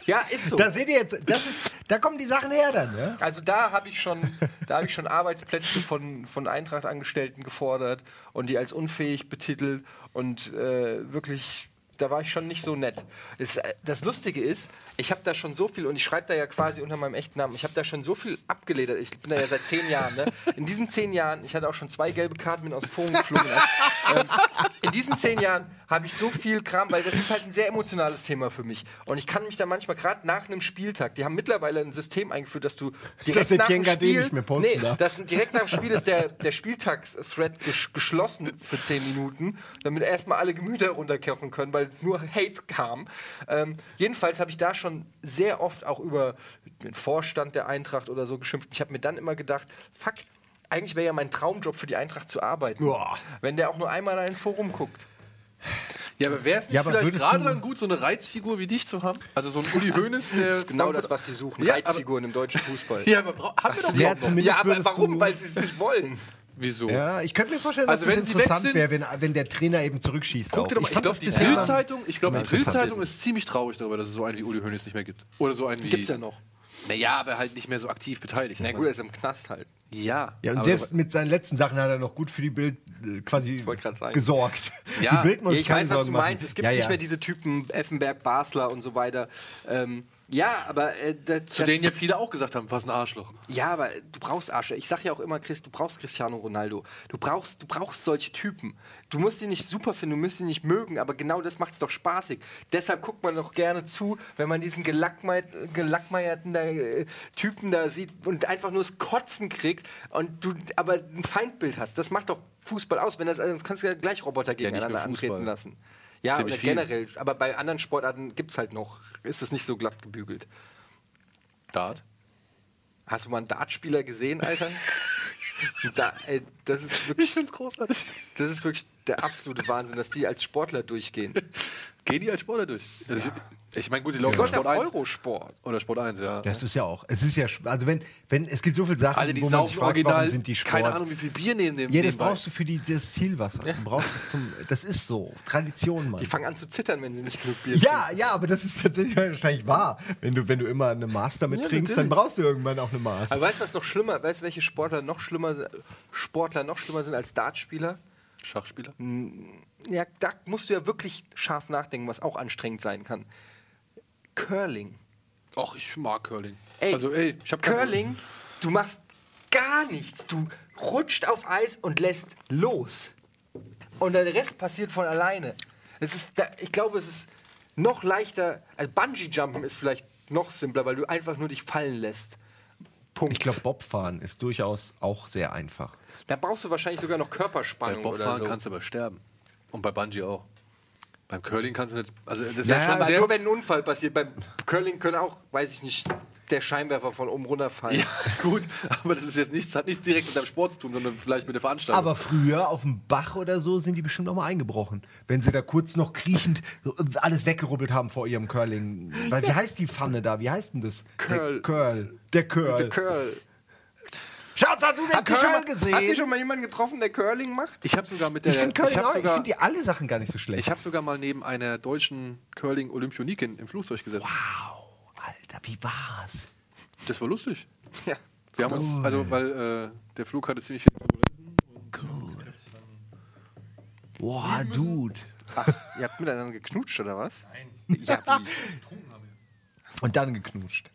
ja, ist
also
so.
Da seht ihr jetzt, das ist, da kommen die Sachen her dann. Ja?
Also da habe ich schon, da habe ich schon Arbeitsplätze von, von Eintracht-Angestellten gefordert und die als unfähig betitelt und äh, wirklich, da war ich schon nicht so nett. Es, äh, das Lustige ist, ich habe da schon so viel und ich schreibe da ja quasi unter meinem echten Namen. Ich habe da schon so viel abgeledert. Ich bin da ja seit zehn Jahren. Ne? In diesen zehn Jahren, ich hatte auch schon zwei gelbe Karten, bin aus dem Forum geflogen. ähm, in diesen zehn Jahren habe ich so viel Kram, weil das ist halt ein sehr emotionales Thema für mich. Und ich kann mich da manchmal gerade nach einem Spieltag, die haben mittlerweile ein System eingeführt, dass du direkt
Dass
nach
Etienne
dem
Gardet
Spiel,
nicht mehr posten
nee,
darf.
dass direkt nach dem Spiel ist der, der Spieltags-Thread gesch geschlossen für 10 Minuten, damit erstmal alle Gemüter runterkochen können, weil nur Hate kam. Ähm, jedenfalls habe ich da schon sehr oft auch über den Vorstand der Eintracht oder so geschimpft. Ich habe mir dann immer gedacht, fuck, eigentlich wäre ja mein Traumjob für die Eintracht zu arbeiten.
Boah.
Wenn der auch nur einmal da ins Forum guckt.
Ja, aber wäre es nicht
Ja, aber
vielleicht
würdest
gerade
du-
dann gut, so eine Reizfigur wie dich zu haben? Also <laughs> so ein Uli Hoeneß, der...
genau was sie suchen.
Ja, aber-
Reizfiguren im deutschen Fußball.
Ja, aber bra- haben wir
Ja,
doch überhaupt noch.
zumindest
Ja, aber
würdest
warum?
du-
Weil sie es nicht wollen.
Wieso?
Ja, ich könnte mir vorstellen, dass
Oh. Also
es
wenn sie weg
interessant
sind-
wäre, wenn, wenn der Trainer eben zurückschießt.
Guck dir doch mal, ich
fand
glaube,
das
die
bisher-
Drill-Zeitung, ich glaube, die
interessant
Drill-Zeitung ist ziemlich traurig darüber, dass es so einen wie Uli Hoeneß nicht mehr gibt. Oder so einen wie.
Gibt's ja noch.
Naja, aber halt nicht mehr so aktiv beteiligt.
Na gut, er ist im Knast halt.
Ja.
Ja, und
aber-
selbst mit seinen letzten Sachen hat er noch gut für die Bild äh, quasi
wollte grad sagen.
gesorgt.
Ja,
die Bild muss
Ja, ich
keine
weiß, was
Sorgen
du
machen.
meinst. Es gibt
Ja, ja.
nicht mehr diese Typen Effenberg, Basler und so weiter. Ähm, ja, aber äh, da-
zu
das-
denen ja viele auch gesagt haben, was ein Arschloch.
ja, aber du brauchst Asche. Ich sag ja auch immer, Chris, du brauchst Cristiano Ronaldo. Du brauchst, du brauchst solche Typen. Du musst sie nicht super finden, du musst sie nicht mögen, aber genau das macht's doch spaßig. Deshalb guckt man doch gerne zu, wenn man diesen gelackmeierten, gelackmeierten da, äh, Typen da sieht und einfach nur das Kotzen kriegt und du aber ein Feindbild hast. Das macht doch Fußball aus, wenn das also, sonst kannst du ja gleich Roboter
nicht nur
gegeneinander
Fußball.
antreten lassen. Ja, aber
Ziemlich viel.
generell, aber bei anderen Sportarten gibt's halt noch, ist es nicht so glatt gebügelt.
Dart.
Hast du mal einen Dartspieler gesehen, Alter? da, ey, das, ist wirklich,
großartig.
das ist wirklich der absolute Wahnsinn, dass die als Sportler durchgehen.
Gehen die als Sportler durch? Also ich- Ich meine, gut, die laufen
Ja.
auf Sport
Auf
1.
Eurosport.
Oder Sport 1, ja.
Das ist ja auch. Es ist ja, sch- also wenn, wenn es gibt so viele Sachen,
Alle, die
wo man
saufen
sich fragt, warum
original.
sind die Sport.
Keine Ahnung, wie viel Bier nehmen dem
Ja, das brauchst du für die, das Zielwasser. Du brauchst es zum, das ist so. Tradition, Mann.
Die fangen an zu zittern, wenn sie nicht genug Bier
Ja, ja, aber das ist tatsächlich wahrscheinlich wahr. Wenn du, wenn du immer eine Master mit
Ja,
trinkst, dann
natürlich. Also
brauchst du irgendwann auch eine Master.
Aber weißt du, was noch schlimmer? Weißt du, welche Sportler noch schlimmer, Sportler noch schlimmer sind als Dartspieler?
Schachspieler.
Hm.
Ja, da musst du ja wirklich scharf nachdenken, was auch anstrengend sein kann. Curling.
Ach, ich mag Curling.
Ey,
also, ey, ich habe
Curling, du machst gar nichts. Du rutscht auf Eis und lässt los. Und der Rest passiert von alleine. Es ist da, ich glaube, es ist noch leichter. Also Bungee-Jumpen ist vielleicht noch simpler, weil du einfach nur dich fallen lässt. Punkt.
Ich glaube, Bobfahren ist durchaus auch sehr einfach.
da brauchst du wahrscheinlich sogar noch
Bei
Körperspannung oder
Bobfahren
so.
kannst du aber sterben. Und bei Bungee auch. Beim Curling kannst du nicht. Also,
Ja,
das wäre schon
aber
Weil
sehr.
nur wenn ein Unfall passiert. Beim Curling können auch, weiß ich nicht, der Scheinwerfer von oben runterfallen.
<laughs> Ja, gut, aber das ist jetzt nichts, hat nichts direkt mit deinem Sport zu tun, sondern vielleicht mit der Veranstaltung.
Aber früher auf dem Bach oder so sind die bestimmt auch mal eingebrochen. Wenn sie da kurz noch kriechend so äh, alles weggerubbelt haben vor ihrem Curling. Weil, wie heißt die Pfanne da? Wie heißt denn das?
Curl.
Der Curl. Der Curl.
Der Curl.
Schatz, hast du den
ihr schon
Curl
mal-
gesehen?
Habt ihr schon mal jemanden getroffen, der Curling macht?
ich habe sogar mit der.
ich finde Curling
ich hab
auch, ich
sogar,
finde die alle Sachen gar nicht so schlecht.
Ich habe sogar mal neben einer deutschen Curling-Olympioniken im Flugzeug gesessen.
wow, Alter, wie war's?
Das war lustig.
Ja.
Wir haben uns, also, weil äh, der Flug hatte ziemlich viel.
Wow, Dude.
Ach, ihr habt miteinander geknutscht, oder was?
Getrunken haben wir.
Und dann geknutscht.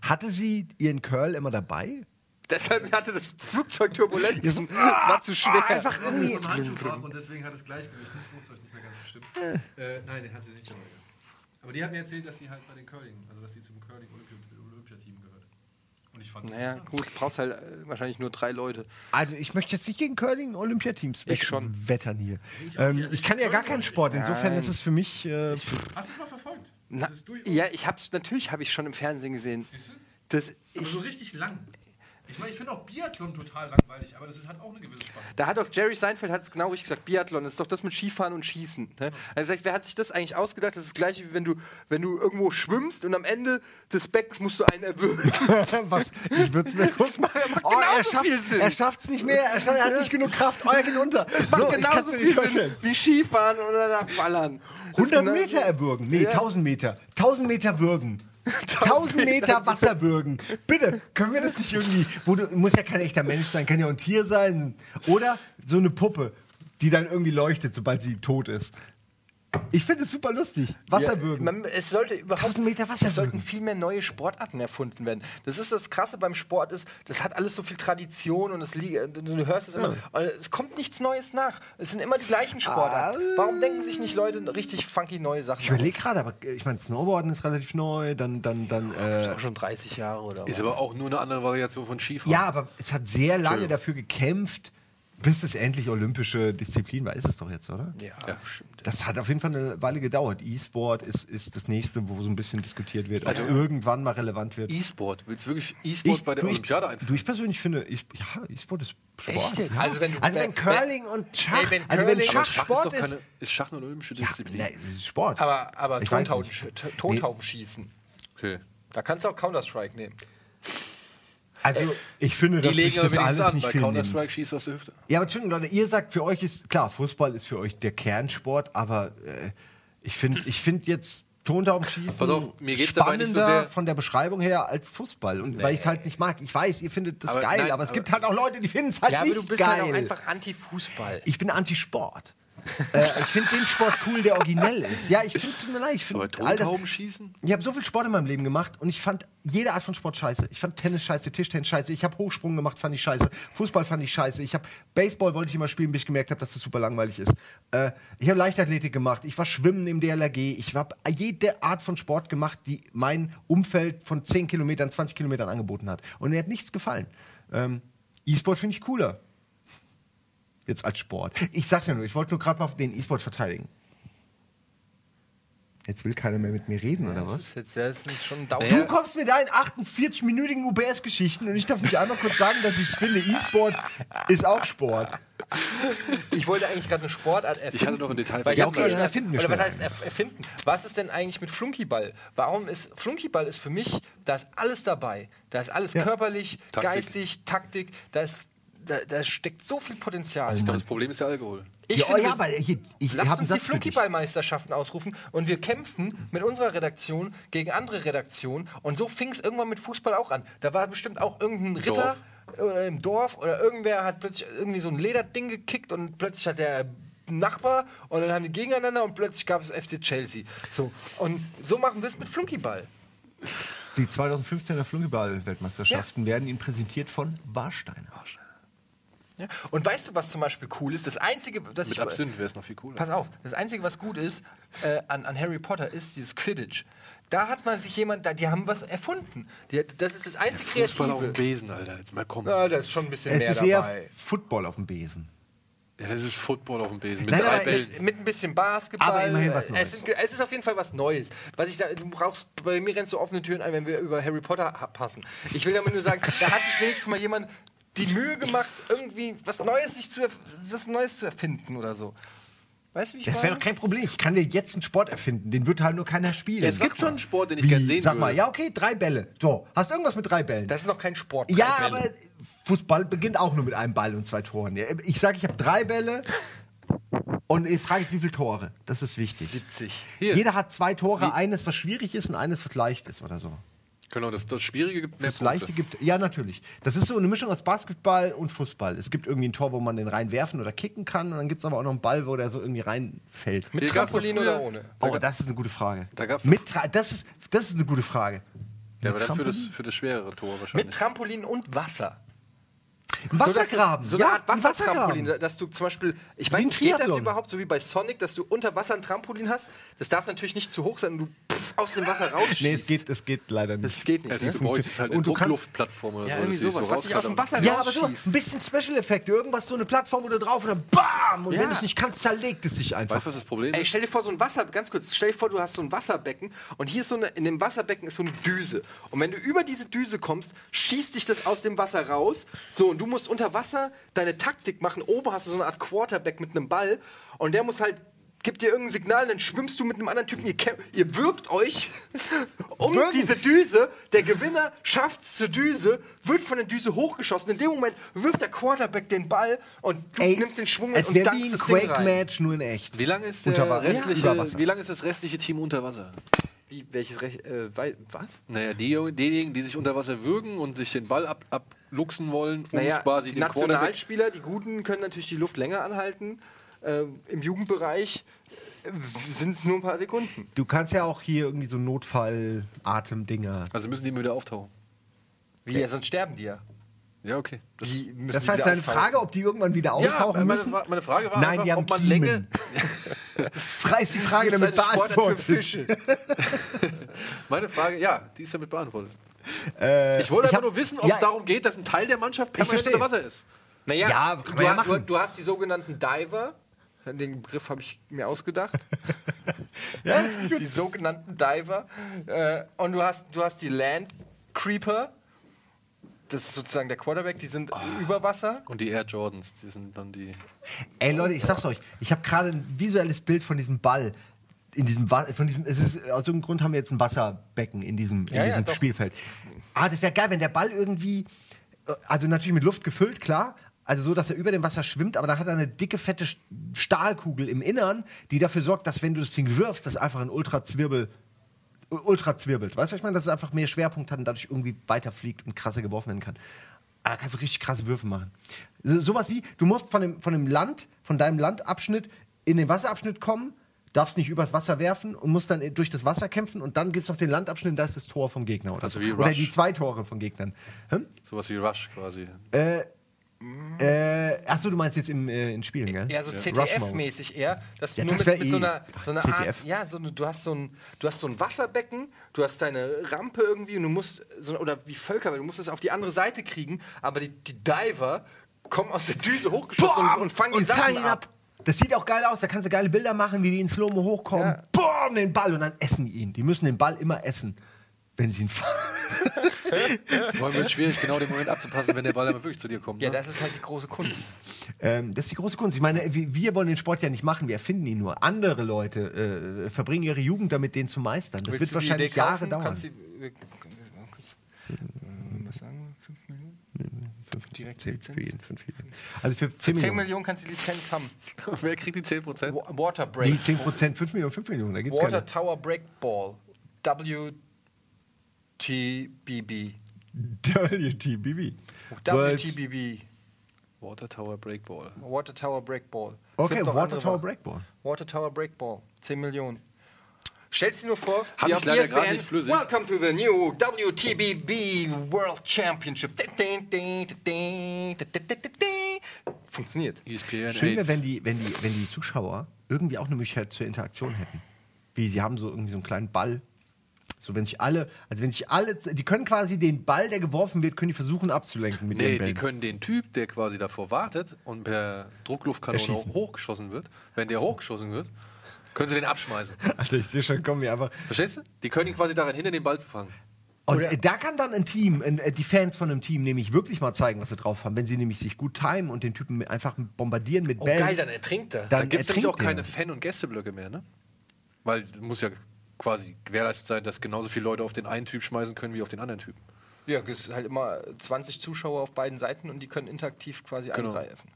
Hatte sie ihren Curl immer dabei?
Deshalb hatte das Flugzeug Turbulenzen. Es war zu schwer. ah, einfach
Irgendwie im Handschuh drauf Äh, und deswegen hat das Gleichgewicht des Flugzeugs nicht mehr ganz bestimmt. Äh, nein, den hat sie nicht dabei gehabt. Aber die hat mir erzählt, dass sie halt bei den Curling, also dass sie zum Curling Olympi- Olympiateam gehört. Und ich fand das
Naja,
interessant.
gut, brauchst halt äh, wahrscheinlich nur drei Leute.
Also ich möchte jetzt nicht gegen Curling Olympiateams
Ich schon.
wettern hier. Ich, ähm, ich kann ja gar keinen Sport, insofern ist es für mich... Äh, <laughs>
Hast du es mal verfolgt?
Na,
das ist durchaus.
ja, ich hab's, natürlich habe ich schon im Fernsehen gesehen.
Siehst du?
Das,
Aber
Also,
ich,
so richtig lang. Ich meine, ich finde auch Biathlon total langweilig, aber das ist, hat auch eine gewisse Spannung.
da hat doch Jerry Seinfeld hat's genau richtig gesagt, Biathlon, das ist doch das mit Skifahren und Schießen. Ne? Er sagt, wer hat sich das eigentlich ausgedacht? Das ist das gleiche, wie wenn du, wenn du irgendwo schwimmst und am Ende des Beckens musst du einen erwürgen.
<laughs> was? Ich würde es mir kurz machen.
macht
Oh, er
genauso
schafft
viel Sinn.
er schafft's nicht mehr, er, schafft, er hat nicht genug Kraft, oh, er geht unter.
Macht
ich kann's
genauso viel
mir nicht
Sinn
vorstellen.
wie Skifahren oder nach Ballern. Das ist
100
genau-
Meter erwürgen. Nee,
Ja.
1000 Meter. 1000
<laughs>
Meter würgen. 1000 Meter Wasser würgen. Bitte, können wir das nicht irgendwie, wo du, muss ja kein echter Mensch sein, kann ja auch ein Tier sein. Oder so eine Puppe, die dann irgendwie leuchtet, sobald sie tot ist. Ich finde es super lustig. Wasser würgen.
Man, es sollte überhaupt
1000 Meter Wasser
es sollten
würgen.
viel mehr neue Sportarten erfunden werden. Das ist das Krasse beim Sport ist, das hat alles so viel Tradition und es li- du du hörst es immer. Und Es kommt nichts Neues nach. Es sind immer die gleichen Sportarten. Warum denken sich nicht Leute richtig funky neue Sachen?
ich überlege gerade, aber äh, ich meine, Snowboarden ist relativ neu, dann, dann, dann. Äh,
aus? auch schon 30 Jahre oder
Ist
was?
aber auch nur eine andere Variation von Skifahren.
ja, aber es hat sehr lange
Entschuldigung.
dafür gekämpft, bis es endlich olympische Disziplin war. Ist es doch jetzt, oder?
Ja,
Ja.
stimmt.
Das hat auf jeden Fall eine Weile gedauert. E-Sport ist, ist das nächste, wo so ein bisschen diskutiert wird, ob
Also-
es irgendwann mal relevant wird.
E-Sport. Willst du wirklich E-Sport bei der
du,
Olympiade
ich,
einführen?
du, ich persönlich finde, E- ja, E-Sport ist Sport.
Echt jetzt? Also
Ja. Also
wenn
wenn,
du- wenn-
Curling und Schach,
Nee, wenn
also wenn
Curling-
Schach,
Aber
Schach
Sport
ist doch
ist,
keine. Ist Schach eine olympische
ja, ne.
Disziplin?
na, es ist Sport.
Aber, aber
Ich weiß
Tontauben,
nicht.
sch- Tontauben schießen.
Okay.
Da kannst du auch Counter-Strike nehmen.
also ich finde,
Die
dass sich
legen
das
aber
alles
alles an,
nicht
weil
viel nimmt.
Counter-Strike schießt aus der Hüfte.
Ja, aber Entschuldigung, Leute, ihr sagt, für euch ist, klar, Fußball ist für euch der Kernsport, aber äh, ich finde ich find jetzt Tontaubenschießen
Pass auf, mir geht's dabei
spannender
nicht so sehr-
von der Beschreibung her als Fußball. Und weil ich es halt nicht mag. Ich weiß, ihr findet das
Aber
geil,
nein,
aber es
aber-
gibt halt auch Leute, die finden es halt
Ja, aber
nicht
du bist
geil.
halt auch einfach Anti-Fußball.
ich bin Antisport. äh, ich finde den Sport cool, der originell ist. Ja, ich finde, tut mir leid, ich finde
Aber
all das.
Tontauben schießen?
Ich habe so viel Sport in meinem Leben gemacht und ich fand jede Art von Sport scheiße. Ich fand Tennis scheiße, Tischtennis scheiße, ich habe Hochsprung gemacht, fand ich scheiße, Fußball fand ich scheiße, ich habe Baseball wollte ich immer spielen, bis ich gemerkt habe, dass das super langweilig ist. Äh, ich habe Leichtathletik gemacht, ich war Schwimmen im DLRG, ich habe jede Art von Sport gemacht, die mein Umfeld von 10 Kilometern, 20 Kilometern angeboten hat. Und mir hat nichts gefallen. Ähm, E-Sport finde ich cooler. Jetzt als Sport. Ich sag's ja nur, ich wollte nur gerade mal den E-Sport verteidigen. Jetzt will keiner mehr mit mir reden, oder was?
Das ist jetzt das ist schon ein Dauer.
Du kommst mit deinen 48-minütigen UBS-Geschichten und ich darf mich einmal kurz sagen, dass ich finde, E-Sport ist auch Sport.
Ich wollte eigentlich gerade eine Sportart erfinden.
Ich hatte noch ein Detail
Weil ich hab
vergessen.
Ja, okay,
gerade-
dann erfinden wir
Oder was
schnell
heißt erf- erfinden? Was ist denn eigentlich mit Flunkyball? Warum ist Flunkyball ist für mich, da ist alles dabei. Da ist alles körperlich,
Taktik.
geistig, Taktik, da, ist, da, da steckt so viel Potenzial.
Ich glaube, das Problem ist der Alkohol.
Ich
ja, oh,
finde,
ja,
das-
aber hier, ich
Lasst
habe
uns
einen
die
Satz für dich.
Flunkyballmeisterschaften ausrufen und wir kämpfen mit unserer Redaktion gegen andere Redaktionen. Und so fing es irgendwann mit Fußball auch an. Da war bestimmt auch irgendein Ritter oder im Dorf oder irgendwer hat plötzlich irgendwie so ein Lederding gekickt und plötzlich hat der Nachbar und dann haben die gegeneinander und plötzlich gab es FC Chelsea. So. Und so machen wir es mit Flunkyball.
Die 2015er Flunkyball-Weltmeisterschaften werden Ihnen präsentiert von Warsteiner.
Ja? Und weißt du, was zum Beispiel cool ist? Das Einzige, das
Mit
ich-
Absinth wäre es noch viel cooler.
Pass auf, das Einzige, was gut ist äh, an, an Harry Potter, ist dieses Quidditch. Da hat man sich jemand, da, die haben was erfunden. Die, das ist das einzige
Fußball auf dem
Kreative.
Besen, Alter. Jetzt mal komm. Ja,
Ja, da ist schon ein bisschen
Es
mehr
ist
dabei.
eher Football auf dem Besen.
das ist Football auf dem Besen. Mit
Nein,
drei
aber
Bällen.
Äh, Mit, mit ein bisschen Basketball.
Aber immerhin was Neues.
Es, sind- es ist auf jeden Fall was Neues. Was ich da, du brauchst, bei mir rennst du offene Türen ein, wenn wir über Harry Potter ha- passen. Ich will damit nur
<laughs>
sagen, da hat sich wenigstens mal jemand die Mühe gemacht, irgendwie was Neues, sich zu, erf- was Neues zu erfinden oder so. Weißt du, wie ich
Das wäre
meine?
doch kein Problem. Ich kann dir jetzt einen Sport erfinden. Den wird halt nur keiner spielen.
Ja, es
Sag
gibt
mal.
schon einen Sport, den ich
Wie?
gern sehen
Sag mal,
würde.
ja, okay, drei Bälle. So, hast du irgendwas mit drei Bällen?
Das ist noch kein Sport.
ja, aber Fußball beginnt auch nur mit einem Ball und zwei Toren. Ja, Ich sage, ich habe drei Bälle und ich frage jetzt, wie viele Tore? Das ist wichtig.
70.
Hier.
Jeder hat zwei Tore, eines, was schwierig ist und eines, was leicht ist oder so.
Genau, das, das Schwierige gibt mehr
Das Leichte
Punkte.
gibt, ja, natürlich. Das ist so eine Mischung aus Basketball und Fußball. Es gibt irgendwie ein Tor, wo man den reinwerfen oder kicken kann und dann gibt es aber auch noch einen Ball, wo der so irgendwie reinfällt.
Hier gab's
Trampolin
doch früher-
oder ohne?
Oh, das ist eine gute Frage.
Da gab's-
Mit Tra- das, ist, das ist eine gute Frage.
Ja, aber
Mit
dann für das,
Trampolin?
für das schwerere Tor
Mit
wahrscheinlich.
Trampolin und Wasser.
Ein Wassergraben.
So, dass, so eine Art
ein
Wassertrampolin, dass du zum Beispiel, ich weiß
Wie ein
nicht, geht das
Triathlon.
überhaupt so wie bei Sonic, dass du unter Wasser ein Trampolin hast? Das darf natürlich nicht zu hoch sein und du pff, aus dem Wasser rausschießt.
Nee, es geht, es geht leider nicht.
Das geht nicht.
Also,
ne?
du bräuchtest halt eine
Und du kannst-
Druckluftplattform oder
Ja,
so.
irgendwie
dass die
sowas, was sich aus dem
rauskommt.
Wasser
ja, aber so
rausschießt.
ein bisschen Special-Effekte. Irgendwas, so eine Plattform, wo du drauf und dann BAM! Und
Ja.
wenn du es nicht kannst, zerlegt es dich einfach.
Weißt du, was das Problem
Ey,
ist?
stell dir vor, so ein Wasser, ganz kurz, stell dir vor, du hast so ein Wasserbecken und hier ist so eine, in dem Wasserbecken ist so eine Düse. Und wenn du über diese Düse kommst, schießt dich das aus dem Wasser raus. So, und du musst unter Wasser deine Taktik machen. Oben hast du so eine Art Quarterback mit einem Ball und der muss halt. Gibt dir irgendein Signal, dann schwimmst du mit einem anderen Typen. Ihr, kämp- ihr wirkt euch <laughs> um diese Düse. Der Gewinner schafft's zur Düse, wird von der Düse hochgeschossen. In dem Moment wirft der Quarterback den Ball und du
Ey,
nimmst den Schwung mit
Es
und
wäre
dankst
wie ein
das Ding rein.
Quake-Match, nur in echt.
Wie lange ist,
Unter
der
Wasser.
restliche,
Ja, über Wasser.
wie lang ist das restliche Team unter Wasser?
Wie, welches Recht? Äh, wei- was?
Naja, die, diejenigen, die sich unter Wasser würgen und sich den Ball ab, abluchsen wollen, um
Naja,
quasi
die
den Quarterback
Nationalspieler, die Guten, können natürlich die Luft länger anhalten. Ähm, Im Jugendbereich äh, sind es nur ein paar Sekunden.
Du kannst ja auch hier irgendwie so Notfall-Atem-Dinger.
Also müssen die immer wieder auftauchen.
Wie, ja, sonst sterben die ja.
Ja, okay. Das
Die müssen
Das
die
war jetzt
wieder
deine
auftauchen.
Frage, ob die irgendwann wieder auftauchen
meine,
müssen.
Fra- meine Frage war
Nein, die
einfach,
haben
ob man
Kiemen. <laughs>
Länge,
Frei ist die Frage
Gibt's
damit
eine Sportart halt für
beantwortet.
Fische.
meine Frage, ja, die ist damit beantwortet.
Äh,
Ich wollte
ich
einfach
hab-
nur wissen, ob es
ja.
darum geht, dass ein Teil der Mannschaft permanent
verstehe.
unter Wasser ist.
<laughs> Naja,
Ja, kann man
du,
ja
ha-
machen.
Du, du hast die sogenannten Diver. Den Begriff habe ich mir ausgedacht.
<laughs> Ja,
die sogenannten Diver. Äh, und du hast, du hast die Land Creeper. Das ist sozusagen der Quarterback. Die sind
Ah.
über Wasser.
Und die Air Jordans, die sind dann die.
Ey Leute, ich sag's euch, ich habe gerade ein visuelles Bild von diesem Ball. In diesem, Wa- von diesem, es ist, aus irgendeinem Grund haben wir jetzt ein Wasserbecken in diesem,
Ja,
in
ja,
diesem
doch.
Spielfeld. Ah, das wäre geil, wenn der Ball irgendwie, äh, also natürlich mit Luft gefüllt, klar, also so, dass er über dem Wasser schwimmt, aber dann hat er eine dicke, fette Sch- Stahlkugel im Innern, die dafür sorgt, dass wenn du das Ding wirfst, das einfach ein Ultrazwirbel, u- ultra zwirbelt. Weißt du, was ich meine? Dass es einfach mehr Schwerpunkt hat und dadurch irgendwie weiterfliegt und krasser geworfen werden kann. Aber da kannst du richtig krasse Würfe machen. So, sowas wie, du musst von dem, von dem Land, von deinem Landabschnitt in den Wasserabschnitt kommen, darfst nicht übers Wasser werfen und musst dann durch das Wasser kämpfen und dann gibt es noch den Landabschnitt und da ist das Tor vom Gegner. Oder,
Also
so.
wie
oder
Rush.
die zwei Tore von Gegnern. Hm?
Sowas wie Rush quasi.
Äh, achso, du meinst jetzt im, äh, in Spielen, gell?
Ja, so
Rush-Mode.
CTF-mäßig eher, dass du
Ja,
nur
das
mit,
wär
mit so
eh-
einer, so einer
CTF.
Art, ja, so eine, du hast so ein, du hast so ein Wasserbecken, du hast deine Rampe irgendwie und du musst so oder wie Völker, weil du musst es auf die andere Seite kriegen, aber die, die Diver kommen aus der Düse hochgeschossen
Boah,
und, und fangen die Sachen
fangen ihn
ab.
Das sieht auch geil aus, da kannst du geile Bilder machen, wie die in Slow-Mo hochkommen.
Ja.
Boom, den Ball und dann essen die ihn. Die müssen den Ball immer essen, wenn sie ihn fangen. <laughs>
Vor wird schwierig, genau den Moment abzupassen, wenn der Ball dann wirklich zu dir kommt.
Ja,
ne?
das ist halt die große Kunst.
Ähm, das ist die große Kunst. Ich meine, wir, wir wollen den Sport ja nicht machen, wir erfinden ihn nur. Andere Leute äh, verbringen ihre Jugend damit, den zu meistern. Das
Willst
wird
du die
wahrscheinlich
Idee kaufen?
Jahre dauern.
Kannst du die- äh, was sagen wir? 5 Millionen? Direkt
Zehn-
Lizenz?
für jeden, fünf Millionen. Also für 10,
Für 10
Millionen.
Millionen. kannst du die Lizenz haben.
<laughs> Wer kriegt die 10%?
Wa- Water
Nee,
Break.
10 Prozent, 5 Millionen, 5 Millionen. Da gibt's
Water
keine.
Tower Break Ball. WTBB.
<laughs> WTBB. World-
WTBB.
Water Tower Breakball.
Water Tower Break Ball. Es
Okay,
wird noch
Water
andere
Tower
machen.
Breakball.
Water Tower Break Ball. 10 Millionen. Stellst dir nur vor,
Hab ich leider grad nicht flüssig.
Welcome to the new WTBB World Championship. Funktioniert.
ESPN.
Schön wäre,
ey.
wenn die, wenn, die, wenn die Zuschauer irgendwie auch eine Möglichkeit zur Interaktion hätten. Wie sie haben so irgendwie so einen kleinen Ball. So, wenn sich alle, also wenn sich alle, die können quasi den Ball, der geworfen wird, können die versuchen abzulenken mit
Nee,
ihren
die
Bällen.
können den Typ, der quasi davor wartet und per Druckluftkanone
Erschießen.
hochgeschossen wird, wenn der hochgeschossen wird, können sie den abschmeißen.
Alter, Also, ich sehe schon, kommen wir einfach.
Verstehst du? Die können ihn quasi daran hindern, den Ball zu fangen.
Und äh, da kann dann ein Team, ein, äh, die Fans von einem Team nämlich wirklich mal zeigen, was sie drauf haben. Wenn sie nämlich sich gut timen und den Typen einfach bombardieren mit
Oh
Bällen.
geil, dann ertrinkt er.
Da gibt es nämlich
ertrinkt
auch keine
der.
Fan- und Gästeblöcke mehr, ne? Weil muss ja quasi gewährleistet sein, dass genauso viele Leute auf den einen Typ schmeißen können wie auf den anderen Typen.
Ja, es ist halt immer 20 Zuschauer auf beiden Seiten und die können interaktiv quasi
Genau.
eingreifen.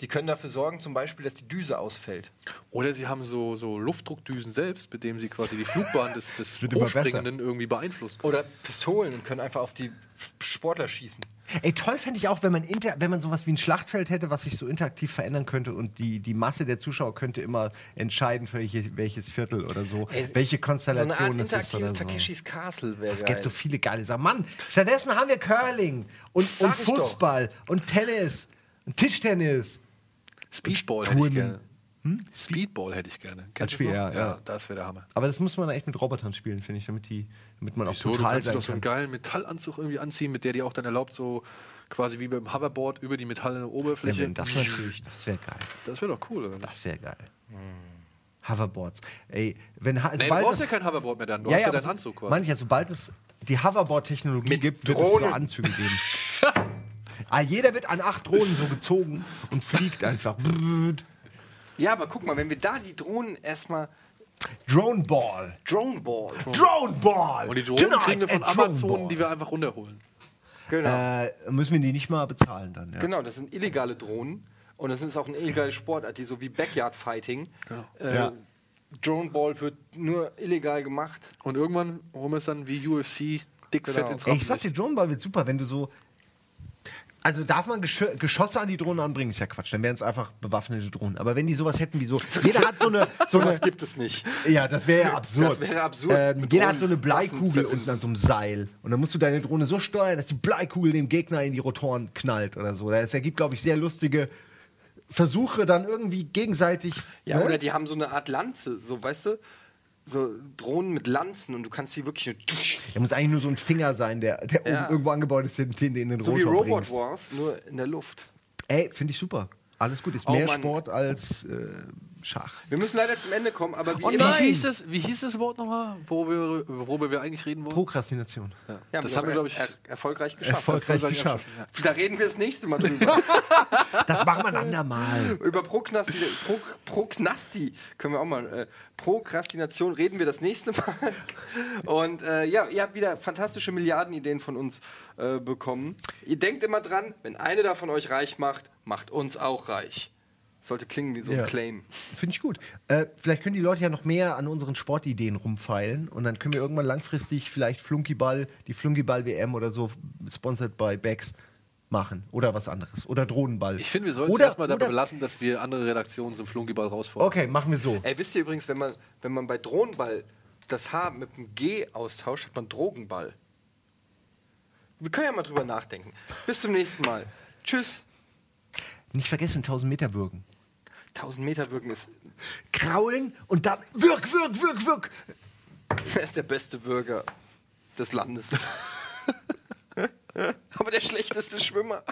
Die können dafür sorgen, zum Beispiel, dass die Düse ausfällt.
Oder sie haben so, so Luftdruckdüsen selbst, mit dem sie quasi die Flugbahn
<laughs>
des, des
wird immer
Hochspringenden irgendwie beeinflussen können.
Oder Pistolen und können einfach auf die Sportler schießen.
Ey, toll fände ich auch, wenn man, inter wenn man sowas wie ein Schlachtfeld hätte, was sich so interaktiv verändern könnte und die, die Masse der Zuschauer könnte immer entscheiden, für welches, welches Viertel oder so, welche Konstellation
so eine Art
es ist. Oder
interaktives
so.
Takeshis Castle wäre
Es gibt so
geil.
viele geile Sachen. Mann, stattdessen haben wir Curling und, und
Sag ich doch.
Fußball und Tennis und Tischtennis.
Speedball hätte ich
Turnen. Hm?
gerne. Speedball hätte ich gerne. Kennst du
Spiel,
das noch?
ja, ja.
das wäre der Hammer.
Aber das muss man echt mit Robotern spielen, finde ich, damit, die, damit man auch
Wieso? Du
brutal
kannst dir
sein
doch so
kann.
einen geilen Metallanzug irgendwie anziehen, mit der dir auch dann erlaubt, so quasi wie beim Hoverboard über die metallene
Ja,
Oberfläche.
wenn das natürlich, das wäre geil.
das wäre doch cool, oder? nicht?
Das wäre geil. Hoverboards. Ey, wenn ha
Nee, du
sobald
Hm. brauchst
das-
ja kein Hoverboard mehr dann. Du
ja,
hast ja,
ja, aber
deinen
so,
Anzug quasi.
Meine ich ja, sobald es die Hoverboard-Technologie
Mit
gibt, wird es
Drohnen.
so Anzüge
<laughs>
geben. ah, jeder wird an acht Drohnen so gezogen und fliegt einfach. Brrrt.
Ja, aber guck mal, wenn wir da die Drohnen erstmal
Drone Ball.
Drone Ball.
Drone Ball.
Und die Drohnen
Tonight
kriegen wir von
at Drone
Amazon,
Ball.
die wir einfach runterholen.
Genau.
äh, müssen wir die nicht mal bezahlen dann. Ja.
Genau, das sind illegale Drohnen. Und das ist auch eine illegale Sportart, die so wie Backyard Fighting. Äh,
Genau. Ja.
Drone Ball wird nur illegal gemacht.
Und irgendwann holen wir es dann wie UFC dick
Genau.
fett ins
Ey, ich sag dir,
Rampenlicht.
Drohnenball wird super, wenn du so. Also darf man Gesch Geschosse an die Drohnen anbringen, ist ja Quatsch. Dann wären es einfach bewaffnete Drohnen. Aber wenn die sowas hätten wie so, jeder hat so eine, so eine
Das gibt es nicht.
Ja, das wäre ja absurd.
Das wäre absurd.
Ähm,
Mit
jeder hat so eine
Drohnen-
Bleikugel
Waffen-
unten an so einem Seil. Und dann musst du deine Drohne so steuern, dass die Bleikugel dem Gegner in die Rotoren knallt oder so. Das ergibt, glaube ich, sehr lustige Versuche, dann irgendwie gegenseitig.
Ja,
ne?
oder die haben so eine Art Lanze, so weißt du? So Drohnen mit Lanzen und du kannst sie wirklich.
Da muss eigentlich nur so ein Finger sein, der, der
Ja.
oben irgendwo angebaut ist, den, den du in den
So wie
Rotor
Robot
bringst.
Wars, nur in der Luft.
Ey, finde ich super. Alles gut. Ist
Oh,
mehr
Mann.
Sport als äh, Schach.
Wir müssen leider zum Ende kommen, aber wie
Oh
Und
immer.
nein!
wie hieß, das, wie hieß das Wort nochmal, wo wir, worüber wir eigentlich reden wollten?
Prokrastination.
Ja.
Ja,
das haben wir, glaube ich,
er erfolgreich geschafft.
Erfolgreich äh, geschafft.
Da reden wir das nächste Mal
<laughs>
drüber.
Das machen wir ein andermal.
Über Proknasti, Pro, Proknasti können wir auch mal. Äh, Prokrastination reden wir das nächste Mal. Und äh, ja, ihr habt wieder fantastische Milliardenideen von uns äh, bekommen. Ihr denkt immer dran, wenn eine davon euch reich macht, macht uns auch reich. Sollte klingen wie so ein
Ja.
Claim.
Finde ich gut. Äh, vielleicht können die Leute ja noch mehr an unseren Sportideen rumfeilen und dann können wir irgendwann langfristig vielleicht Flunkyball, die Flunkyball-WM oder so, sponsored by Becks, machen. Oder was anderes. Oder Drohnenball.
Ich finde, wir sollten es
Oder-
erstmal dabei
oder-
belassen, dass wir andere Redaktionen zum Flunkyball rausfordern.
Okay, machen wir so.
Ey, wisst ihr übrigens, wenn man, wenn man bei Drohnenball das H mit dem G austauscht, hat man Drogenball. Wir können ja mal drüber nachdenken. Bis zum nächsten Mal. Tschüss.
Nicht vergessen, 1000 Meter würgen.
1000 Meter wirken ist,
Kraulen und dann wirk, wirk, wirk, wirk.
er ist der beste Bürger des Landes. Aber der schlechteste Schwimmer.